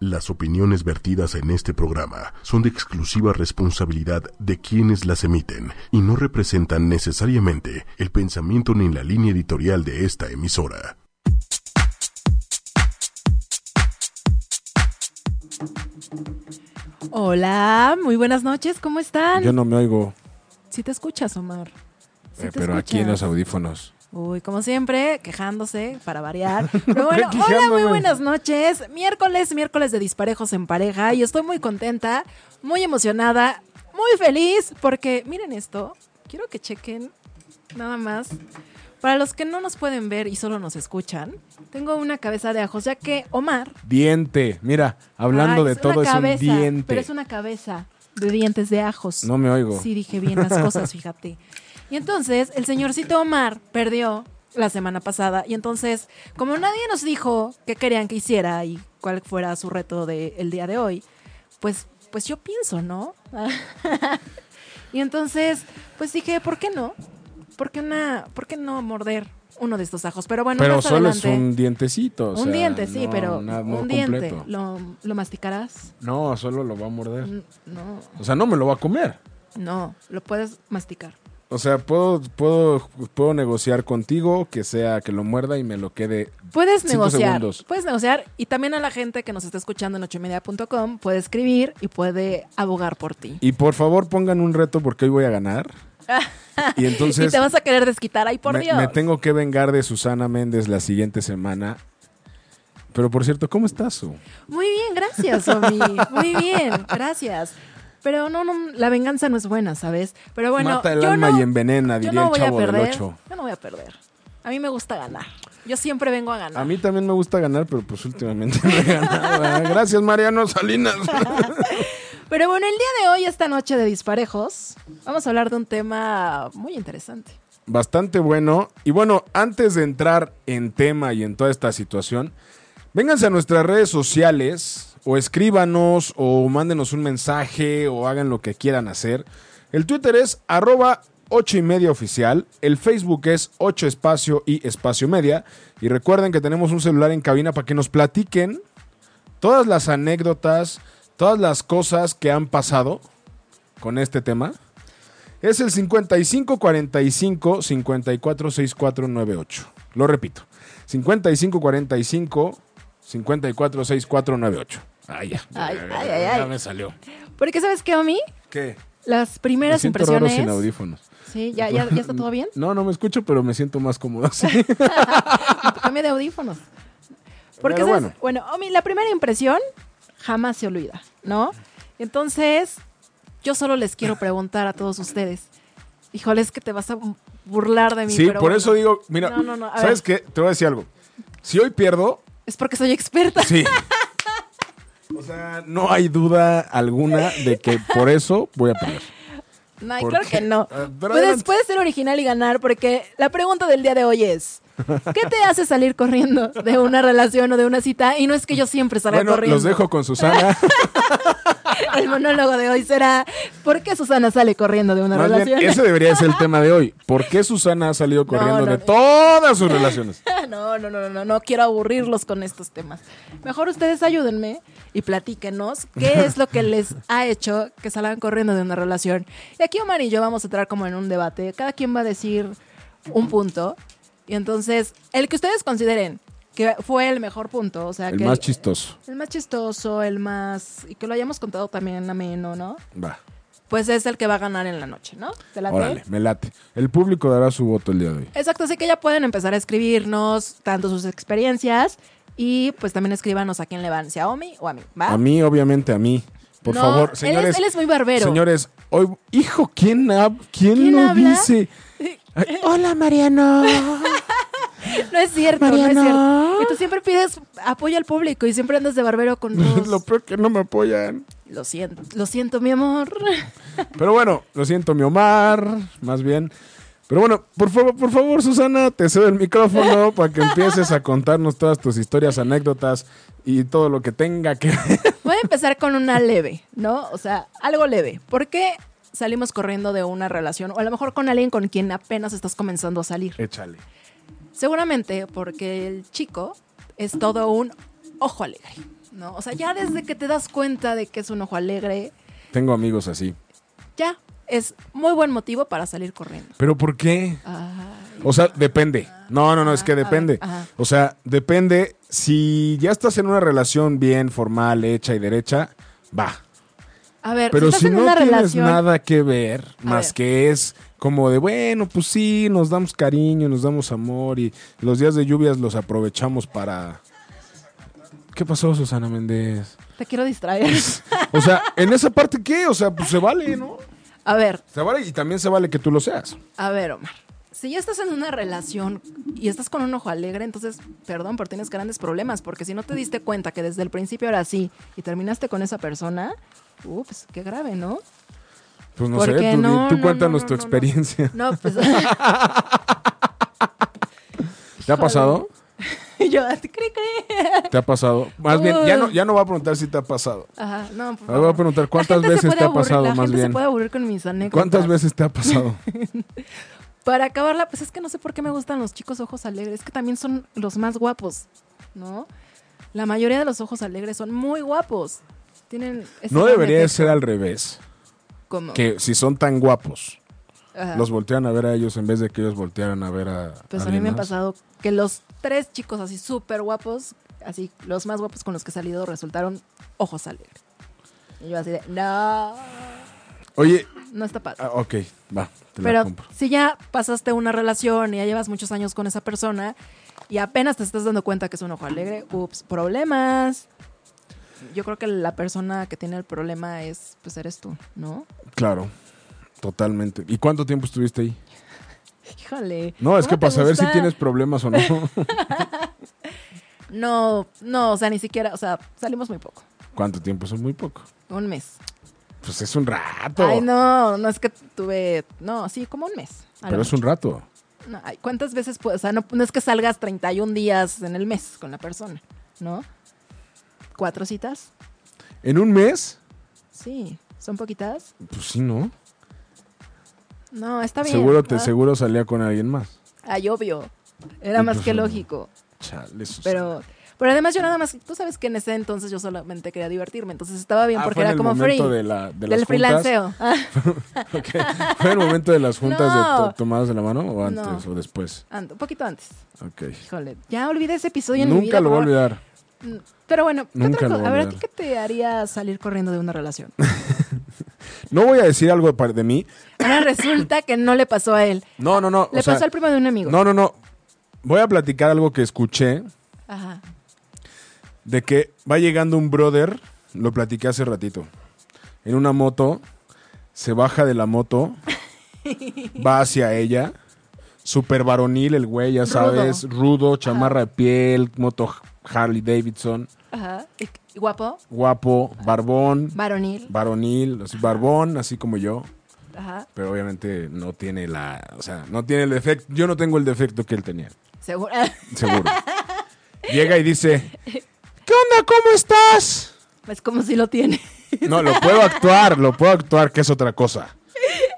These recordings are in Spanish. Las opiniones vertidas en este programa son de exclusiva responsabilidad de quienes las emiten y no representan necesariamente el pensamiento ni la línea editorial de esta emisora. Hola, muy buenas noches, ¿cómo están? Yo no me oigo, Si te escuchas, Omar. Sí eh, te pero aquí en escuchas. los audífonos. Uy, como siempre, quejándose para variar. Pero bueno, hola, muy quejándome. buenas noches. Miércoles, miércoles de disparejos en pareja y estoy muy contenta, muy emocionada, muy feliz porque miren esto, quiero que chequen nada más. Para los que no nos pueden ver y solo nos escuchan, tengo una cabeza de ajos, ya que Omar Diente, mira, hablando Ay, de Ah, es todo una cabeza, es un diente. Pero es una cabeza de dientes de ajos. No me oigo. Sí, dije bien las cosas, fíjate. Y entonces el señorcito Omar perdió la semana pasada. Y entonces, como nadie nos dijo qué querían que hiciera y cuál fuera su reto del día de hoy, pues, pues yo pienso, ¿no? y entonces, pues dije, ¿por qué no? ¿Por qué, una, ¿por qué no morder uno de estos ajos? Pero bueno, Pero más solo es adelante- un dientecito. o sea, un diente, sí, no, pero nada, no un diente. completo. ¿Lo, lo masticarás? No, solo lo va a morder. N- No, O sea, no me lo va a comer. no, lo puedes masticar. O sea, puedo, puedo, puedo negociar contigo que sea que lo muerda y me lo quede. Puedes Cinco negociar. segundos. Puedes negociar y también a la gente que nos está escuchando en ochoymedia.com puede escribir y puede abogar por ti. Y por favor pongan un reto porque hoy voy a ganar. Y entonces y te vas a querer desquitar, ay por me, Dios. me tengo que vengar de Susana Méndez la siguiente semana. Pero por cierto, ¿cómo estás, Su? Muy bien, gracias, Omi. Muy bien, gracias. Pero no, no, la venganza no es buena, ¿sabes? Pero bueno, Mata el yo alma no- y envenena, yo diría no el voy a chavo del perder. 8. Yo no voy a perder. A mí me gusta ganar. Yo siempre vengo a ganar. A mí también me gusta ganar, pero pues últimamente no he ganado. ¿verdad? Gracias, Mariano Salinas. Pero bueno, el día de hoy, esta noche de disparejos, vamos a hablar de un tema muy interesante. Bastante bueno. Y bueno, antes de entrar en tema y en toda esta situación, vénganse a nuestras redes sociales o escríbanos o mándenos un mensaje o hagan lo que quieran hacer. El Twitter es arroba 8 y media oficial, el Facebook es 8 espacio y espacio media. Y recuerden que tenemos un celular en cabina para que nos platiquen todas las anécdotas, todas las cosas que han pasado con este tema. Es el 55 45 54 64 98. Lo repito. 55 45 54 64 98. Ay, ya. Ay, Ya, ay, ya, ay, ya ay. me salió. Porque, ¿sabes qué, Omi? ¿Qué? Las Me primeras siento raro impresiones. sin audífonos. sí, ¿ya, ya, ya está todo bien. No, no me escucho, pero me siento más cómodo así. Cambia de audífonos. Porque, Pero ¿sabes? bueno. bueno. Omi, la primera impresión jamás se olvida, ¿no? Entonces, yo solo les quiero preguntar a todos ustedes. Híjole, es que te vas a burlar de mí. sí, pero por bueno. eso digo, mira, No, no, no, a ¿sabes qué? Te voy a decir algo. Si hoy pierdo, Es porque soy experta. sí. O sea, no hay duda alguna de que por eso voy a perder. No, ¿Por claro qué? que no. Ah, pero Puedes, adelante. puedes ser original y ganar, porque la pregunta del día de hoy es: ¿Qué te hace salir corriendo de una relación o de una cita? Y no es que yo siempre salga Bueno, corriendo. los dejo con Susana. El monólogo de hoy será: ¿Por qué Susana sale corriendo de una Más bien, relación? ese debería ser el tema de hoy. ¿Por qué Susana ha salido corriendo no, de no. todas sus relaciones? No, no, no, no, no, no quiero aburrirlos con estos temas. Mejor ustedes ayúdenme y platíquenos qué es lo que les ha hecho que salgan corriendo de una relación. Y aquí Omar y yo vamos a entrar como en un debate. Cada quien va a decir un punto. Y entonces, el que ustedes consideren que fue el mejor punto, o sea, El que más chistoso. el más chistoso, el más... y que lo hayamos contado también ameno, ¿no? Va. Pues es el que va a ganar en la noche, ¿no? ¿Te late? Órale, me late. El público dará su voto el día de hoy. Exacto, así que ya pueden empezar a escribirnos tanto sus experiencias y pues también escríbanos a quién le van, si a Omi o a mí, ¿va? A mí, obviamente, a mí. Por ¿Ah? No, él favor, es- señores. él es muy barbero. Señores, hoy, hijo, ¿quién, hab- quién, ¿Quién lo habla? dice? Ay, hola, Mariano. No es cierto, no Mariana. es cierto. Y tú siempre pides apoyo al público y siempre andas de barbero con los... Lo lo... peor que no me apoyan. siento, lo siento, mi amor. Pero bueno, lo siento, mi Omar, más bien. Pero bueno, por favor, por favor, Susana, te cedo el micrófono para que empieces a contarnos todas tus historias, anécdotas y todo lo que tenga que ver. Voy a empezar con una leve, ¿no? O sea, algo leve. ¿Por qué salimos corriendo de una relación? O a lo mejor con alguien con quien apenas estás comenzando a salir. Échale. Seguramente porque el chico es todo un ojo alegre, ¿no? O sea, ya desde que te das cuenta de que es un ojo alegre, Tengo amigos así. ya es muy buen motivo para salir corriendo. ¿Pero por qué? Ay, O sea, depende. No, no, no, es que Ajá, Ah, a depende. ver, ajá. O sea, depende. Si ya estás en una relación bien formal, hecha y derecha, va. a ver, Pero estás si en no una tienes relación, nada que ver, más ver. que es como de, bueno, pues sí, nos damos cariño, nos damos amor y los días de lluvias los aprovechamos para... ¿Qué pasó, Susana Méndez? te quiero distraer. O sea, ¿en esa parte qué? O sea, pues se vale, ¿no? A ver, Se vale y también se vale que tú lo seas. a ver, Omar. Si ya estás en una relación y estás con un ojo alegre, entonces, perdón, pero tienes grandes problemas, porque si no te diste cuenta que desde el principio era así y terminaste con esa persona, ups, qué grave, ¿no? Pues no sé, Porque tú, di- no, tú no, cuéntanos no, tu no, no. experiencia. No, pues ¿Te ha pasado? yo, cri, cri. ¿Te ha pasado? Más bien, ya no, ya no va a preguntar si te ha pasado. Ajá, no, por Ahora voy a favor. preguntar, La Ah, ¿cuántas gente se veces puede te ha aburrir, pasado, la más gente bien? se puede aburrir con mis anécdotas. ¿Cuántas veces te ha pasado? Para acabarla, pues es que no sé por qué me gustan los chicos ojos alegres, que también son los más guapos, ¿no? La mayoría de los ojos alegres son muy guapos. Tienen ese No gran debería de efecto ser al revés. como- Que si son tan guapos, Ajá. los voltean a ver a ellos en vez de que ellos voltearan a ver a. Ah. Pues a mí alguien me ha más. pasado que los tres chicos así súper guapos, así los más guapos con los que he salido, resultaron ojos alegres. Y yo así de, no, Oye, no está padre. ah, ok, va, te la Pero compro. si ya pasaste una relación y ya llevas muchos años con esa persona y apenas te estás dando cuenta que es un ojo alegre, ups, problemas. Yo creo que la persona que tiene el problema es, pues eres tú, ¿no? Claro, totalmente. ¿Y cuánto tiempo estuviste ahí? Híjole. No, es ¿cómo que te para saber si gusta? tienes problemas o no. No, no, o sea, ni siquiera, o sea, salimos muy poco. ¿Cuánto tiempo? Eso es muy poco. Un mes. Pues es un rato. Ay, no, no es que tuve, no, sí, como un mes. a lo Pero es un rato. mucho. No, ay, ¿Cuántas veces puedes? O sea, no, no es que salgas 31 días en el mes con la persona, ¿no? ¿Cuatro citas? ¿En un mes? Sí, son poquitas. Pues sí, ¿no? No, está bien. Seguro, te, Ah, seguro salía con alguien más. Ay, obvio. Era Y más pues, que no. lógico. Chale, Susana. Pero, pero además yo nada más, tú sabes que en ese entonces yo solamente quería divertirme, entonces estaba bien Ah, porque fue en era el como free. momento de la- de las del juntas. freelanceo. Ah, Ok. ¿Fue el momento de las juntas No. de to- tomadas de la mano o antes No. o después? ando- un poquito antes. Ok. Híjole, ya olvidé ese episodio en mi vida. Nunca lo por voy a favor. olvidar. Mm, Pero bueno, ¿qué Nunca otra lo cosa? voy a A ver, ¿a ti olvidar. qué te haría salir corriendo de una relación? No voy a decir algo de par- de mí. Ahora resulta que no le pasó a él. No, no, no. Le o sea, pasó al primo de un amigo. No, no, no. Voy a platicar algo que escuché Ajá. de que va llegando un brother, lo platiqué hace ratito, en una moto, se baja de la moto, va hacia ella, super varonil el güey, ya sabes, rudo, chamarra de piel, moto Harley Davidson, Ajá. Y- y Guapo, guapo, barbón, varonil. varonil, así, barbón, así como yo. Ajá. Pero obviamente no tiene la. O sea, no tiene el defecto. Yo no tengo el defecto que él tenía, Seguro. seguro. Llega y dice: ¿Qué onda? ¿Cómo estás? Es como si lo tiene. No, lo puedo actuar, lo puedo actuar, que es otra cosa.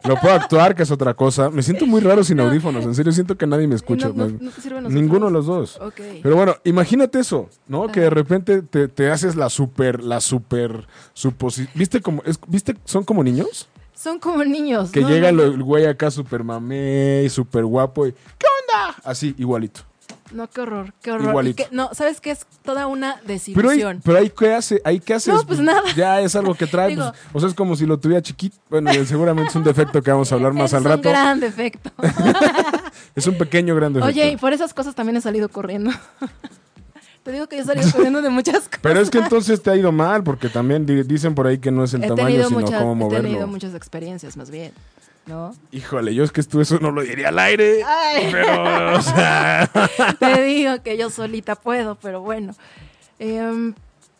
Lo puedo actuar, que es otra cosa. Me siento muy raro sin audífonos, en serio, siento que nadie me escucha. No, no, Me- no te sirven los Ninguno de otros. los dos. Ok. Pero bueno, imagínate eso, ¿no? Que de repente te, te haces la super, la super suposi- ¿Viste como, es- viste, son como niños? Son como niños. Que ¿no? llega no, el- el güey acá super mamé y super guapo y ¿qué onda? Así, igualito. No, qué horror, qué horror. Igualito. Y que- no, ¿sabes qué? Es toda una Pero ahí, desilusión. pero ahí qué hace, ahí qué haces. No, pues nada. Ya es algo que trae. Digo- pues, o sea, es como si lo tuviera chiquito. Bueno, seguramente es un defecto que vamos a hablar más es al un rato. gran defecto. Es un pequeño gran defecto. Oye, y por esas cosas también he salido corriendo. Te digo que yo he salido corriendo de muchas cosas. pero es que entonces te ha ido mal, porque también di- dicen por ahí que no es el he tamaño, tenido, sino muchas, cómo he moverlo. tenido muchas experiencias, más bien. ¿No? Híjole, yo es que esto eso no lo diría al aire. Ay. Pero, o sea. Te digo que yo solita puedo, pero bueno. Em,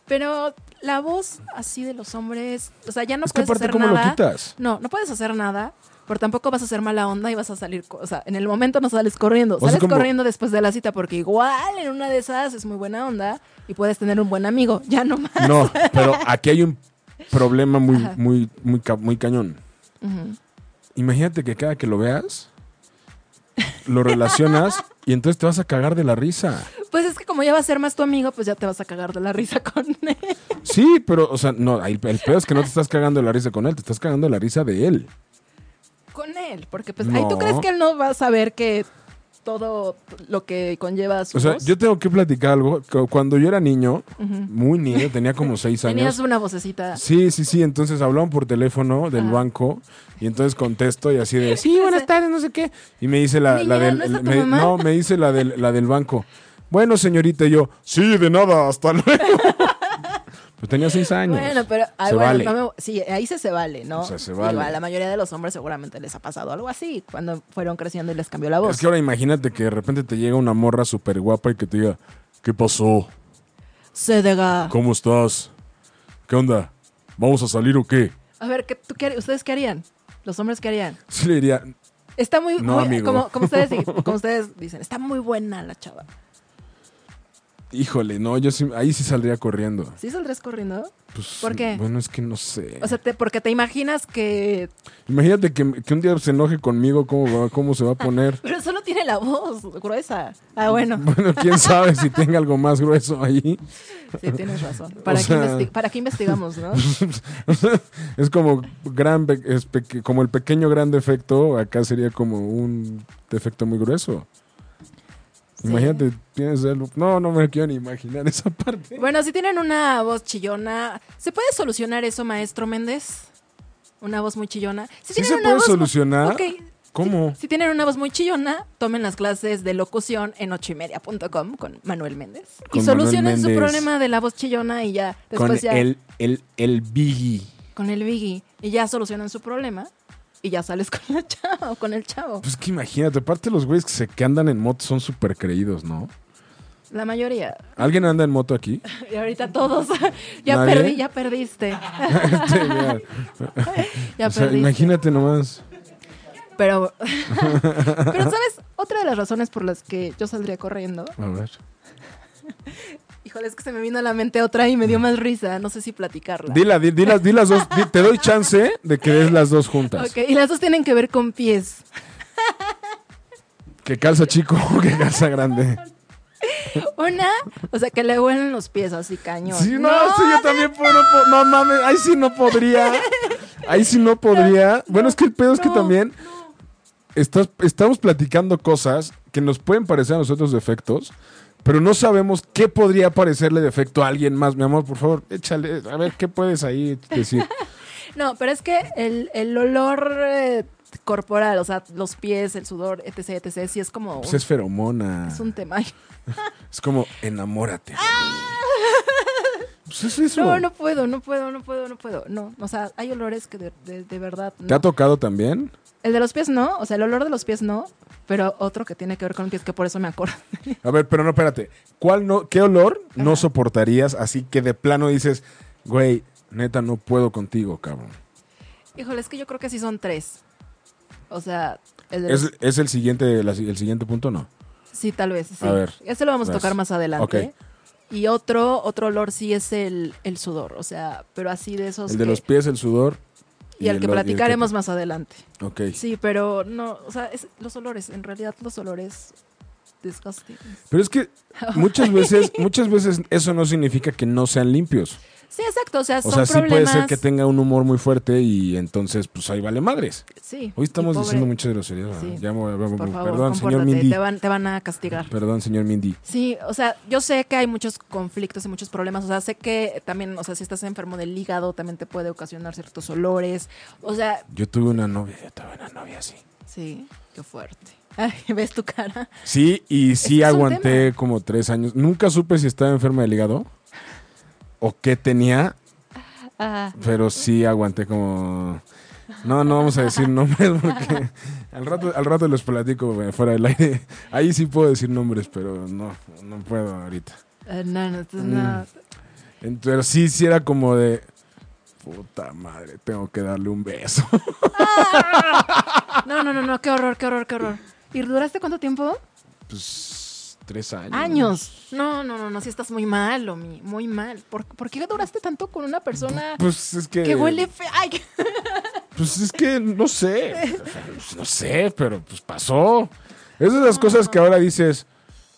pero la voz así de los hombres, o sea, ya no es que puedes aparte, hacer ¿cómo nada. lo quitas? No, no puedes hacer nada, pero tampoco vas a hacer mala onda y vas a salir, co- o sea, en el momento no sales corriendo, sea, sales como- corriendo después de la cita porque igual en una de esas es muy buena onda y puedes tener un buen amigo, ya no más. No, pero aquí hay un problema muy, muy, muy, ca- muy cañón. Ujú. Imagínate que cada que lo veas, lo relacionas y entonces te vas a cagar de la risa. Pues es que como ya va a ser más tu amigo, pues ya te vas a cagar de la risa con él. Sí, pero, o sea, no, el, el peor es que no te estás cagando de la risa con él, te estás cagando de la risa de él. Con él, porque pues ahí tú No. crees que él no va a saber que todo lo que conlleva su O sea, voz? yo tengo que platicar algo. Cu- Cuando yo era niño, muy niño, tenía como seis años. Tenías una vocecita. Sí, sí, sí. Entonces hablaban por teléfono del banco y entonces contesto y así de sí, buenas tardes, no sé qué. Y me dice la, la Niña, del ¿no está tu me- mamá? no, me dice la del la del banco. Bueno, señorita, y yo sí, de nada, hasta luego. pues tenía seis años. Bueno, pero ah, Se bueno, vale. no me- sí, ahí sí se vale, ¿no? O sea, se Digo, vale. a la mayoría de los hombres seguramente les ha pasado algo así cuando fueron creciendo y les cambió la voz. Es que ahora imagínate que de repente te llega una morra súper guapa y que te diga qué pasó, Se dega. cómo estás, qué onda, vamos a salir o qué. A ver, ¿qué, tú qué harías? ¿ustedes qué harían? Los hombres qué harían. Sí le diría, Está muy, No, muy- amigo. como, como ustedes, di- como ustedes dicen, está muy buena la chava. híjole, no, yo sí- ahí sí saldría corriendo. ¿Sí saldrás corriendo? Pues, ¿Por qué? Bueno, es que no sé. O sea, te- porque te imaginas que... Imagínate que, que un día se enoje conmigo, ¿cómo, va- cómo se va a poner? Pero solo tiene la voz gruesa. Ah, bueno, Bueno, quién sabe si tenga algo más grueso ahí. sí, tienes razón. ¿Para, sea- qué, investi- ¿para qué investigamos, no? es como, gran, pe- es peque- como el pequeño gran defecto, acá sería como un defecto muy grueso. Imagínate, tienes algo... No, no me quiero ni imaginar esa parte. Bueno, si tienen una voz chillona, ¿se puede solucionar eso, maestro Méndez? Una voz muy chillona. Si ¿Sí tienen se una puede voz mu- solucionar? Ok. ¿Cómo? Si tienen una voz muy chillona, tomen las clases de locución en ochoymedia.com con Manuel Méndez. Con y Manuel solucionen su Méndez. problema de la voz chillona y ya después Con ya el, el, el Biggie. con el Biggie. Y ya solucionan su problema y ya sales con la chava o con el chavo. Pues que imagínate, aparte los güeyes que, se, que andan en moto son súper creídos, ¿no? La mayoría. ¿Alguien anda en moto aquí? Y ahorita todos. ya ¿Nadie? perdí, ya perdiste. Este, mira, Ya o sea, perdiste. imagínate nomás. Pero, pero ¿sabes? Otra de las razones por las que yo saldría corriendo. A ver. Híjole, es que se me vino a la mente otra y me dio más risa. No sé si platicarla. Dila, di, di las, di las dos. di- te doy chance de que des las dos juntas. Ok, y las dos tienen que ver con pies. Que calza chico o que calza grande. Una, o sea, que le huelen los pies así cañón. Sí, no, sí, yo también puedo. No, po- no mames, ahí sí no podría. Ahí sí no podría. bueno, es que el pedo es que no, también estás, estamos platicando cosas que nos pueden parecer a nosotros defectos, pero no sabemos qué podría parecerle defecto a alguien más. Mi amor, por favor, échale, a ver qué puedes ahí decir. No, pero es que el, el olor eh, corporal, o sea, los pies, el sudor, etc, etc, sí es como... Pues un- es feromona. es un tema. Es como enamórate. Pues es eso. Ah. No, no puedo, no puedo, no puedo, no puedo. No, o sea, hay olores que de, de- de verdad... ¿Te ha No. tocado también? El de los pies no, o sea, el olor de los pies no, pero otro que tiene que ver con pies, que por eso me acuerdo. A ver, pero no, espérate. ¿Cuál no, ¿Qué olor no soportarías así que de plano dices, güey, neta, no puedo contigo, cabrón? Híjole, es que yo creo que sí son tres. O sea, el de ¿Es, los- es el, siguiente, la- el siguiente punto no? sí, tal vez, sí. A ver, Ese lo vamos a vas. tocar más adelante. Ok. Y otro, otro olor sí es el, el sudor, o sea, pero así de esos el de que- los pies, el sudor. y al que el- platicaremos más adelante. Ok. Sí, pero no, o sea, es los olores, en realidad los olores disgusting. Pero es que muchas veces, muchas veces eso no significa que no sean limpios. Sí, exacto, o sea, O son sea, sí puede problemas. ser que tenga un humor muy fuerte y entonces, pues ahí vale madres. Sí. Hoy y estamos pobre- diciendo muchas groserías. ¿verdad? Sí. Ya me voy a- Por favor, perdón, señor compórtate, Mindy. te van, te van a castigar. Perdón, señor Mindy. Sí, o sea, yo sé que hay muchos conflictos y muchos problemas. O sea, sé que también, o sea, si estás enfermo del hígado, también te puede ocasionar ciertos olores. O sea, Yo tuve una novia, yo tuve una novia así. sí, qué fuerte. Ay, ¿Ves tu cara? Sí, y sí que es un aguanté como tres años. Nunca supe si estaba enferma del hígado o qué tenía, Ah, pero sí aguanté como... No, no vamos a decir nombres porque al rato, al rato los platico güey, fuera del aire. Ahí sí puedo decir nombres, pero no, no puedo ahorita. ah, no, no, Mm. tú no. Ent- Pero sí, sí era como de... Puta madre, tengo que darle un beso. no, no, no, no, qué horror, qué horror, qué horror. ¿Y duraste cuánto tiempo? Pues tres años. Años. No, no, no, no, si estás muy mal, Omi, muy mal. ¿Por, por qué duraste tanto con una persona Pues es que... que huele feo? Ay, que- Pues es que no sé. Pues no sé, pero pues pasó. Esas son las cosas que ahora dices,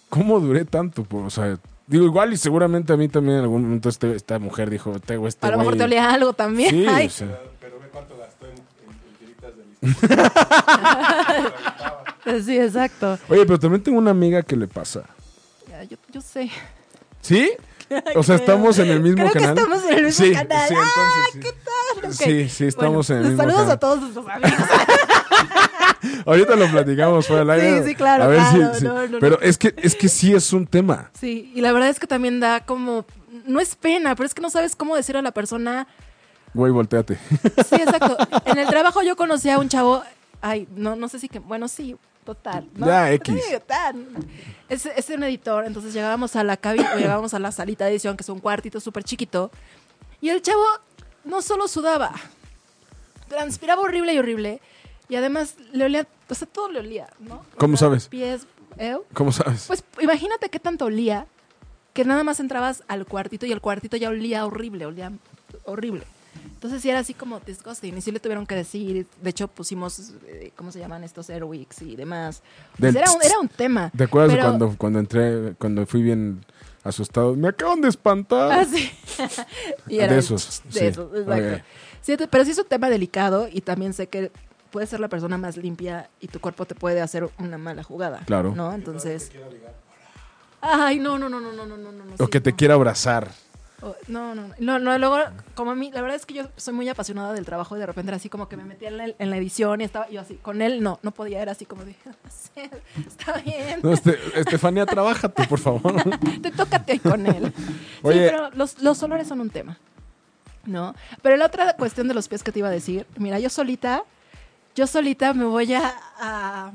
¿cómo duré tanto? po? O sea, digo, igual y seguramente a mí también en algún momento este- esta mujer dijo, te güey, este A lo mejor güey". te olía algo también. Sí, Ay, o sea, Pero ve cuánto gastó en, en, en tiritas de listo. sí, exacto. Oye, pero también tengo una amiga que le pasa. Ya, Yo, yo sé. ¿Sí? O sea, estamos en el mismo Creo canal. que estamos en el mismo Sí, canal. sí, ¡Ah, entonces sí. qué tal! Ok. Sí, sí, estamos en el mismo Saludos canal. a todos nuestros amigos. Ahorita lo platicamos fuera del aire. Sí, sí, claro, A ver si- claro, si- no, no, no. Pero es que, es que sí es un tema. Sí, y la verdad es que también da como. No es pena, pero es que no sabes cómo decir a la persona. Güey, volteate. Sí, exacto. En el trabajo yo conocí a un chavo. Ay, no, no sé si que. Bueno, sí, total. ¿no? Ya, X. Sí, total. Es, es un editor, entonces llegábamos a la cabina, llegábamos a la salita de edición, que es un cuartito súper chiquito. Y el chavo no solo sudaba, transpiraba horrible y horrible. Y además le olía, o sea, todo le olía, ¿no? O ¿Cómo sea, sabes? Pies, ¿eh? ¿Cómo sabes? Pues imagínate qué tanto olía que nada más entrabas al cuartito y el cuartito ya olía horrible, olía horrible. Entonces sí era así como disgusting y sí le tuvieron que decir, de hecho pusimos, eh, ¿cómo se llaman estos Airwigs y demás? Pues, Del era, un, tss, era un tema. ¿Te acuerdas de pero- cuando, cuando entré, cuando fui bien asustado? Me acaban de Ah, espantar. sí. Y era De el esos, tss, sí. De esos, exacto. Ok. Sí, te- pero sí es un tema delicado y también sé que puedes ser la persona más limpia y tu cuerpo te puede hacer una mala jugada. Claro. ¿No? Entonces... Ay, no, no, no, no, no, no, no, no. O sí, que te no. quiera abrazar. Oh, No, no, no, no, no, luego, como a mí, la verdad es que yo soy muy apasionada del trabajo y de repente era así como que me metía en la, en la edición y estaba yo así, con él no, no podía, era así como de, "Sí, está bien, No, este- Estefanía, trabájate, por favor. te tócate con él. Oye. Sí, pero los, los olores son un tema, ¿no? Pero la otra cuestión de los pies que te iba a decir, mira, yo solita, yo solita me voy a, a,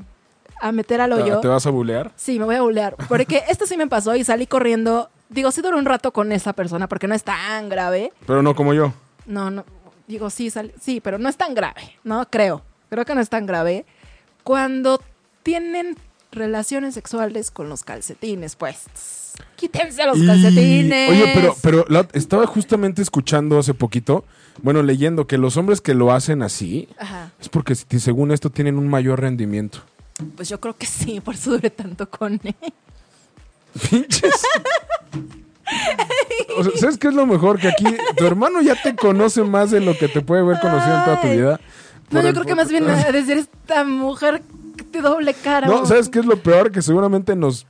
a meter al hoyo. Ah, ¿Te vas a bulear? Sí, me voy a bulear. Porque esto sí me pasó y salí corriendo. Digo, sí duré un rato con esa persona porque no es tan grave. Pero no como yo. No, no. Digo, sí, sal- sí, pero no es tan grave, ¿no? Creo. Creo que no es tan grave. Cuando tienen relaciones sexuales con los calcetines puestos. Quítense los Y- calcetines. Oye, pero, pero la- estaba justamente escuchando hace poquito, bueno, leyendo que los hombres que lo hacen así Ajá. es porque si- según esto tienen un mayor rendimiento. Pues yo creo que sí, por eso duré tanto con él. Pinches. O sea, ¿Sabes qué es lo mejor? Que aquí tu hermano ya te conoce más de lo que te puede haber conocido en toda tu Ay. vida. No, Por yo el- creo que más bien a decir esta mujer que te doble cara. No, ¿sabes qué es lo peor? Que seguramente nos,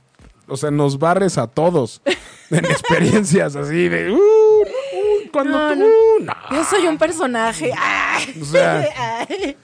o sea, nos barres a todos en experiencias así de, uh, no, uh, cuando No, tú, no. uh, no. Yo soy un personaje. O sea, Ay.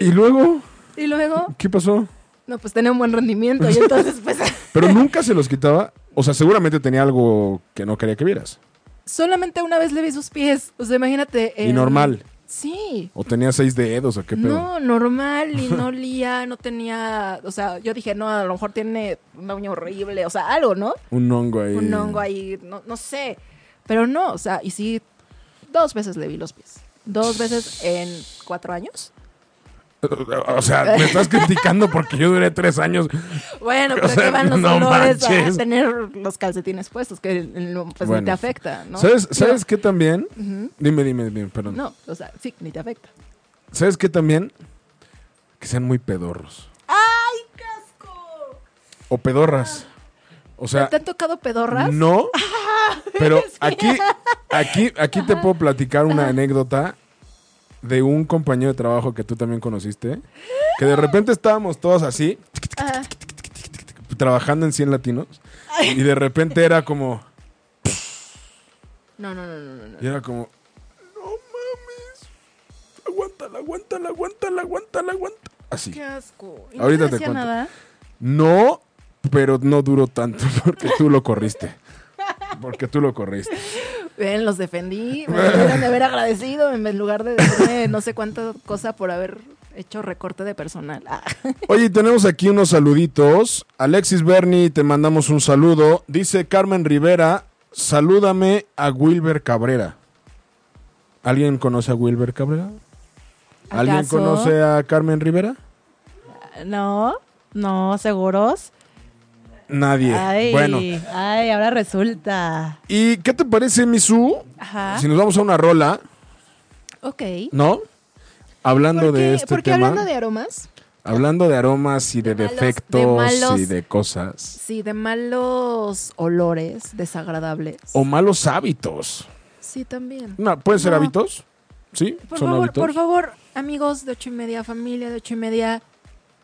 y luego, Y luego, ¿qué pasó? no, pues tenía un buen rendimiento y entonces pues Pero nunca se los quitaba. O sea, seguramente tenía algo que no quería que vieras. solamente una vez le vi sus pies. O sea, imagínate. Y normal. Sí. O tenía seis dedos o qué pedo. No, normal y no olía, no tenía, o sea, yo dije, no, a lo mejor tiene una uña horrible, o sea, algo, ¿no? Un hongo ahí. Un hongo ahí, no, no sé. Pero no, o sea, y sí, dos veces le vi los pies. Dos veces en cuatro años. O sea, me estás criticando porque yo duré tres años. Bueno, O pero sea, ¿qué van los no olores manches. a tener los calcetines puestos? Que eh, pues Bueno. ni te afecta, ¿no? ¿Sabes, Digo, ¿sabes qué también? Dime, dime, dime, perdón. No, o sea, sí, ni te afecta. ¿Sabes qué también? Que sean muy pedorros. ¡Ay, casco! O pedorras. O sea, ¿Te han tocado pedorras? no. Pero aquí, aquí, aquí te puedo platicar una anécdota de un compañero de trabajo que tú también conociste. Que de repente estábamos todos así, Ajá. trabajando en 100 latinos. Y de repente era como. No, no, no, no, no, no. Y era como. No mames. Aguántala, aguántala, aguántala, aguántala, aguántala. Así. Qué asco. ¿Y Ahorita no te te decía cuento. nada? No, pero no duró tanto porque tú lo corriste. Porque tú lo corriste. Ven, los defendí. Me debieron de haber agradecido en lugar de decirme no sé cuánta cosa por haber hecho recorte de personal. Ah. Oye, y tenemos aquí unos saluditos. Alexis Berni, te mandamos un saludo. Dice Carmen Rivera, salúdame a Wilber Cabrera. ¿Alguien conoce a Wilber Cabrera? ¿Alguien ¿Acaso? conoce a Carmen Rivera? No, no, seguros. Nadie. Ay, Bueno. ay, ahora resulta. ¿Y qué te parece, Misu? Ajá. Si nos vamos a una rola, Ok. ¿no? Hablando ¿Por qué, de este por qué tema. hablando de aromas? Hablando de aromas y de, De malos- de defectos malos- y de cosas. Sí, de malos olores desagradables. O malos hábitos. Sí, también. No, ¿Pueden ser No. hábitos? ¿Sí? Por ¿Son favor, hábitos? por favor, amigos de ocho y media, familia de ocho y media,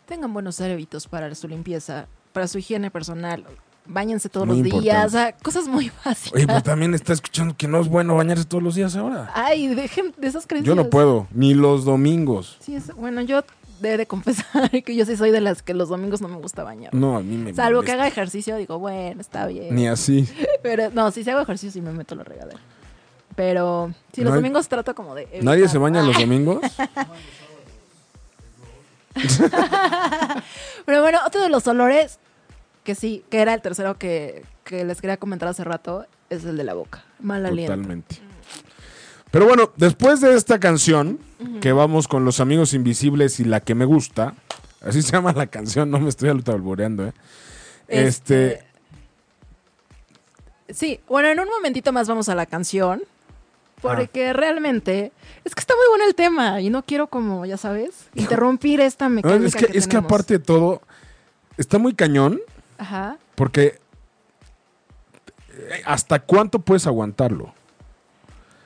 tengan buenos hábitos para su limpieza, para su higiene personal. Báñense todos Muy los días, importante. o sea, cosas muy básicas. Oye, pues, pero también está escuchando que no es bueno bañarse todos los días ahora. Ay, dejen de esas creencias. Yo no puedo, ni los domingos. Sí, es- bueno, yo he de confesar que yo sí soy de las que los domingos no me gusta bañar. No, a mí me Salvo que molesta. haga ejercicio, digo, bueno, está bien. Ni así. Pero no, si se hago ejercicio sí me meto a la regadera. Pero si los Nadie- domingos trato como de... evitar. ¿Nadie se baña Ah. los domingos? Pero bueno, otro de los olores que sí, que era el tercero que, que les quería comentar hace rato, es el de la boca. Mal aliento. Totalmente. Pero bueno, después de esta canción, que vamos con Los Amigos Invisibles y la que me gusta, así se llama la canción, no me estoy alboreando, ¿eh? Este, Sí, bueno, en un momentito más vamos a la canción. Ah. Porque realmente es que está muy bueno el tema y no quiero como, ya sabes, interrumpir esta no, mecánica. es, que, es que tenemos. aparte de todo, está muy cañón, Ajá. porque eh, ¿hasta cuánto puedes aguantarlo?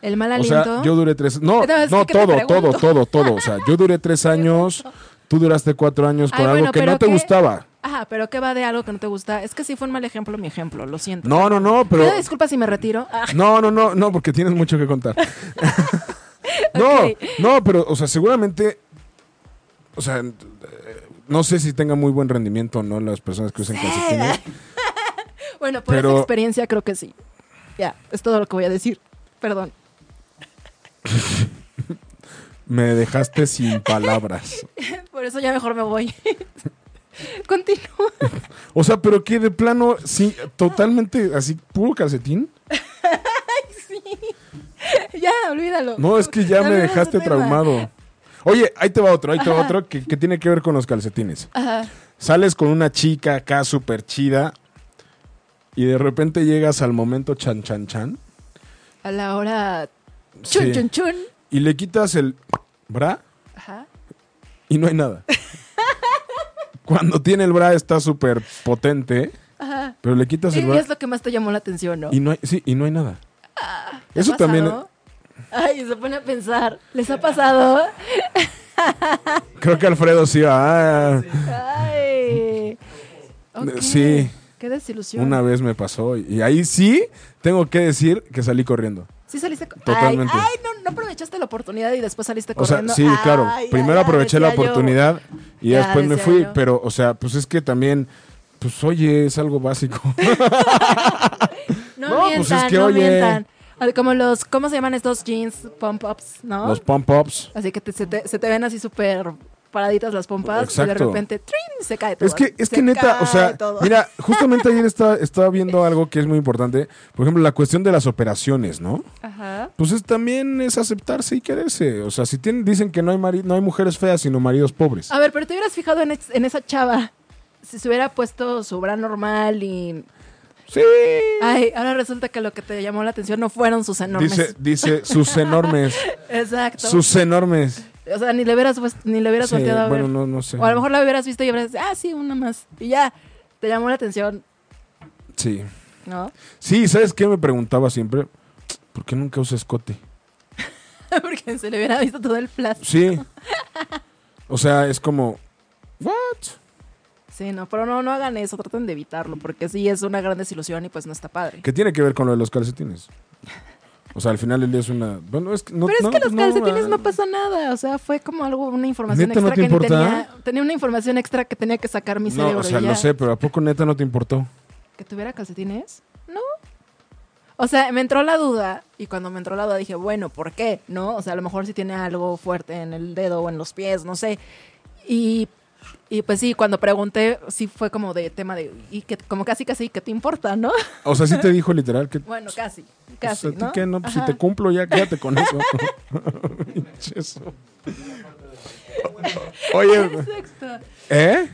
El mal O aliento. sea, yo duré tres... No, No, es no, que, ¿qué te todo, todo, pregunto? todo, todo. O sea, yo duré tres años, tú duraste cuatro años con Ay, algo bueno, que no pero te ¿qué? gustaba. Ajá, pero ¿qué va de algo que no te gusta? Es que sí fue un mal ejemplo mi ejemplo, lo siento. No, no, no, pero... Pido disculpas si me retiro. Ah, No, no, no, no, porque tienes mucho que contar. no, Ok. no, pero, o sea, seguramente, o sea, eh, no sé si tenga muy buen rendimiento o no las personas que usan calcetines. bueno, por Pero- esa experiencia creo que sí. Ya, es todo lo que voy a decir. Perdón. Me dejaste sin palabras. Por eso ya mejor me voy. Continúa. O sea, pero que de plano, sí, totalmente así, puro calcetín. Ya, olvídalo. No, es que ya me Olvida ese dejaste tema. traumado. Oye, ahí te va otro, ahí te va otro que, que tiene que ver con los calcetines. Ajá. Sales con una chica acá súper chida y de repente llegas al momento chan chan chan. A la hora. Chun, Sí. chun, chun. y le quitas el bra Ajá. y no hay nada. Cuando tiene el bra está súper potente, Ajá. pero le quitas Y el bra es lo que más te llamó la atención, ¿no? y no hay, sí, y no hay nada. Ah, ¿Te ha Eso también pasado? Ay, se pone a pensar. ¿Les ha pasado? creo que Alfredo sí ah, Ay. Ok. Sí. Qué desilusión. una vez me pasó y ahí sí tengo que decir que salí corriendo. Sí saliste co- Totalmente. Ay, ay, no, no aprovechaste la oportunidad y después saliste O sea, corriendo. sí, claro, Ay, primero ay, ay, aproveché la decía yo. oportunidad y Ya, después me decía fui, yo. pero o sea, pues es que también pues oye, es algo básico. No, No, pues mientan, es que, no oye. mientan. Al- Como los, ¿cómo se llaman estos jeans? Pump ups, ¿no? Los pump ups. Así que te- se, te, se te ven así súper paraditas las pompas y de Exacto. repente ¡trin! se cae todo. Es que, es Se que neta, cae o sea, todo. mira, justamente ayer estaba, estaba viendo algo que es muy importante. Por ejemplo, la cuestión de las operaciones, ¿no? Ajá. Pues es, también es aceptarse y quererse. O sea, si tienen, dicen que no hay, mari- no hay mujeres feas, sino maridos pobres. A ver, pero te hubieras fijado en, es- en esa chava. Si se hubiera puesto su bra normal y. Sí. Ay, ahora resulta que lo que te llamó la atención no fueron sus Ah, enormes. Dice, dice, sus enormes. Exacto. sus enormes. O sea, ni le hubieras, vuest- ni le hubieras Sí, volteado a ver. bueno, no, no sé. O a lo mejor la hubieras visto y hubieras ah, sí, una más. Y ya, te llamó la atención, Sí. ¿no? Sí, ¿sabes qué me preguntaba siempre? ¿Por qué nunca usa escote? Porque se le hubiera visto todo el plástico. Sí. O sea, es como, ¿what? Sí, no, pero no, no hagan eso, traten de evitarlo, porque sí es una gran desilusión y pues no está padre. que tiene que ver con lo de los calcetines. O sea, al final el día es una. Bueno, es que no. Pero es no, que los no, calcetines ah, no pasa nada, o sea, fue como algo, una información ¿Neta no extra que te ni importa? tenía, tenía una información extra que tenía que sacar mi No, cerebro. o sea, y ya. lo sé, pero ¿a poco neta no te importó? ¿Que tuviera calcetines? No. O sea, me entró la duda y cuando me entró la duda dije, bueno, ¿por qué? ¿No? O sea, a lo mejor si tiene algo fuerte en el dedo o en los pies, no sé. Y, y pues sí, cuando pregunté, sí fue como de tema de, y que como casi casi, ¿qué te importa, no? O sea, sí te dijo literal que. Bueno, casi, pues, casi, ¿a ti ¿no? qué? No, pues, si Ajá. te cumplo, ya quédate con eso. Eso. Oye, Exacto. ¿eh?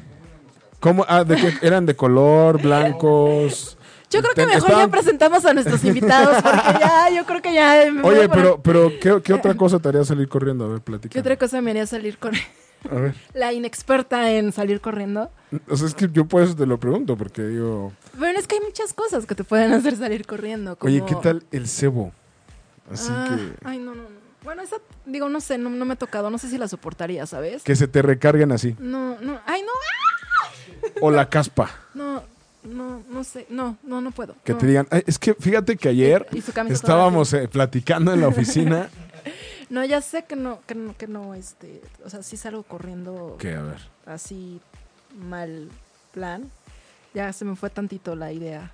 ¿Cómo? Ah, ¿de qué? ¿Eran de color, blancos? Yo creo que Ten- mejor ya estaban- presentamos a nuestros invitados porque ya, yo creo que ya... me voy Oye, a poner- pero, pero ¿qué, qué otra cosa te haría salir corriendo? A ver, platica. ¿Qué otra cosa me haría salir con... A ver. La inexperta en salir corriendo. O sea, es que yo por eso te lo pregunto, porque digo. Bueno, es que hay muchas cosas que te pueden hacer salir corriendo. como- Oye, ¿qué tal el cebo? Así Ah, que. Ay, no, no, no. Bueno, esa, digo, no sé, no, no me ha tocado, no sé si la soportaría, ¿sabes? Que se te recarguen así. No, no, ay, no, ah, O la caspa. no, no, no sé, no, no, no puedo. Que no. te digan. "Ay, es que fíjate que ayer Ah. Y su camisa toda estábamos eh, platicando en la oficina. No, ya sé que no, que no, que no, este, o sea, sí salgo corriendo que, a ver. así mal plan. Ya se me fue tantito la idea.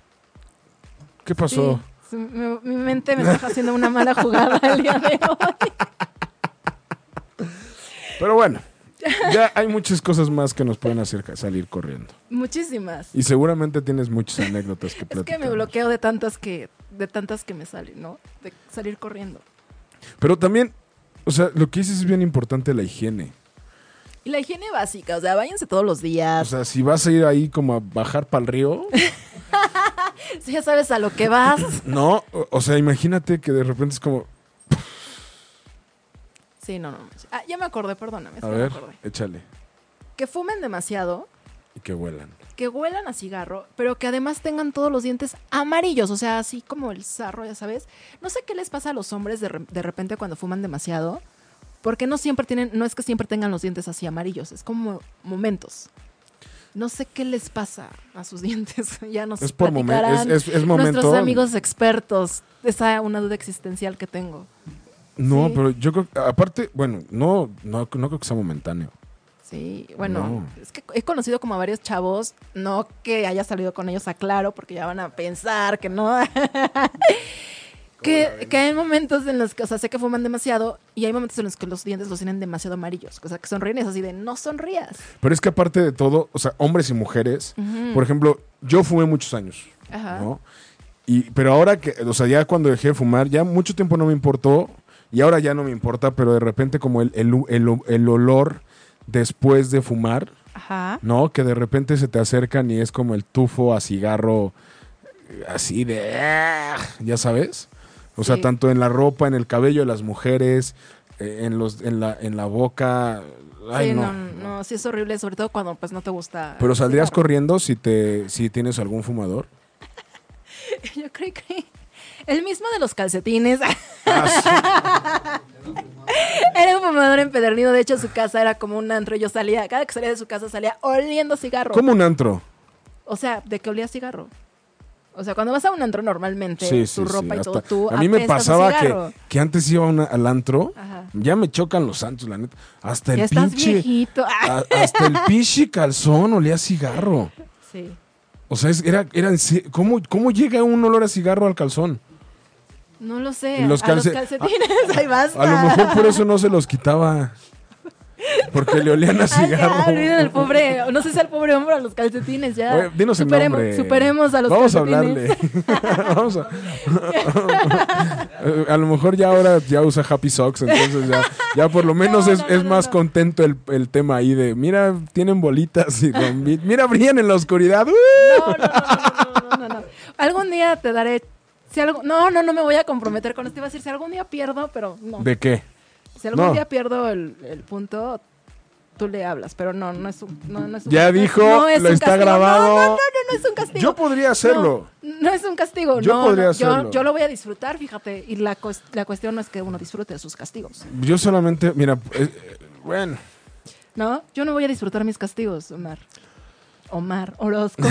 ¿Qué pasó? Sí, se- me- mi mente me está haciendo una mala jugada el día de hoy. Pero bueno, ya hay muchas cosas más que nos pueden hacer ca- salir corriendo. Muchísimas. Y seguramente tienes muchas anécdotas que Es platicar. que me bloqueo de tantas que, de tantas que me salen, ¿no? De salir corriendo. Pero también, o sea, lo que dices es bien importante la higiene. Y la higiene básica, o sea, váyanse todos los días. O sea, si vas a ir ahí como a bajar para el río, si ya sabes a lo que vas. no, o, o sea, imagínate que de repente es como, Sí, no, no. manches. Ah, ya me acordé, perdóname. es a que ver, me acordé. échale. Que fumen demasiado, Y que vuelan. que huelan a cigarro, pero que además tengan todos los dientes amarillos, o sea, así como el sarro, ya sabes. No sé qué les pasa a los hombres de, re- de repente cuando fuman demasiado, porque no siempre tienen, no es que siempre tengan los dientes así amarillos, es como momentos. No sé qué les pasa a sus dientes, ya nos Es por momento, es, platicarán es- es momento. nuestros amigos expertos. Esa es una duda existencial que tengo. No, sí. pero yo creo, aparte, bueno, no, no, no creo que sea momentáneo. Sí, bueno, No. es que he conocido como a varios chavos, no que haya salido con ellos a claro, porque ya van a pensar que no. que, que hay momentos en los que, o sea, sé que fuman demasiado y hay momentos en los que los dientes los tienen demasiado amarillos, o sea, que sonríen y es así de no sonrías. Pero es que aparte de todo, o sea, hombres y mujeres, Ujú. por ejemplo, yo fumé muchos años, Ajá. ¿no? Y, pero ahora que, o sea, ya cuando dejé de fumar, ya mucho tiempo no me importó y ahora ya no me importa, pero de repente como el, el, el- el olor después de fumar, Ajá. ¿no? Que de repente se te acercan y es como el tufo a cigarro, eh, así de, "Ah", ya sabes. O sea, Sí. tanto en la ropa, en el cabello de las mujeres, eh, en, los, en, la, en la boca. Ay, sí, no, no, no, sí es horrible, sobre todo cuando pues no te gusta. Pero el saldrías cigarro. corriendo si te si tienes algún fumador. Yo creo que el mismo de los calcetines. Ah, Era un fumador empedernido. De hecho, su casa era como un antro. Yo salía, cada que salía de su casa salía oliendo cigarro. Como un antro. O sea, de que olía cigarro. O sea, cuando vas a un antro normalmente, Sí, sí, tu sí, ropa y hasta- todo, tú a mí me apestas a pasaba cigarro. que, que antes iba a una- al antro. Ajá. Ya me chocan los santos, la neta. Hasta el Ya estás pinche. Ah. viejito. a- hasta el pinche calzón olía a cigarro. Ah, Sí. O sea, es- era, era en se- ¿cómo, ¿cómo llega un olor a cigarro al calzón? No lo sé. En los a calce- ah, los calcetines, ahí basta. A lo mejor por eso no se los quitaba. Porque le olían a Ay, Ah, ya, cigarro. olviden al pobre, no sé si al pobre hombre o a los calcetines, ya. Oye, dinos el Superemos- nombre. Superemos a los Vamos calcetines. a hablarle. Vamos a... Eh, a lo mejor ya ahora ya usa Happy Socks, entonces ya, ya por lo menos No, es, no, es no, más no. contento el, el tema ahí de, mira, tienen bolitas y bombi- mira, brillan en la oscuridad. ¡Uh! No, no, no, no, no, no, no, no. Algún día te daré. Si algo, no, no, no me voy a comprometer con esto. Iba a decir, si algún día pierdo, pero no. ¿De qué? si algún no. día pierdo el, el punto, tú le hablas, pero no, no es un. No, no es un Ya no- dijo, no es lo un está castigo. grabado. No, no, no, no, no es un castigo. Yo podría hacerlo. No, no es un castigo. Yo no, podría no, hacerlo. Yo, yo lo voy a disfrutar, fíjate. Y la, cues- la cuestión no es que uno disfrute de sus castigos, Yo solamente, mira, eh, eh, bueno, ¿no? Yo no voy a disfrutar mis castigos, Omar. Omar Orozco.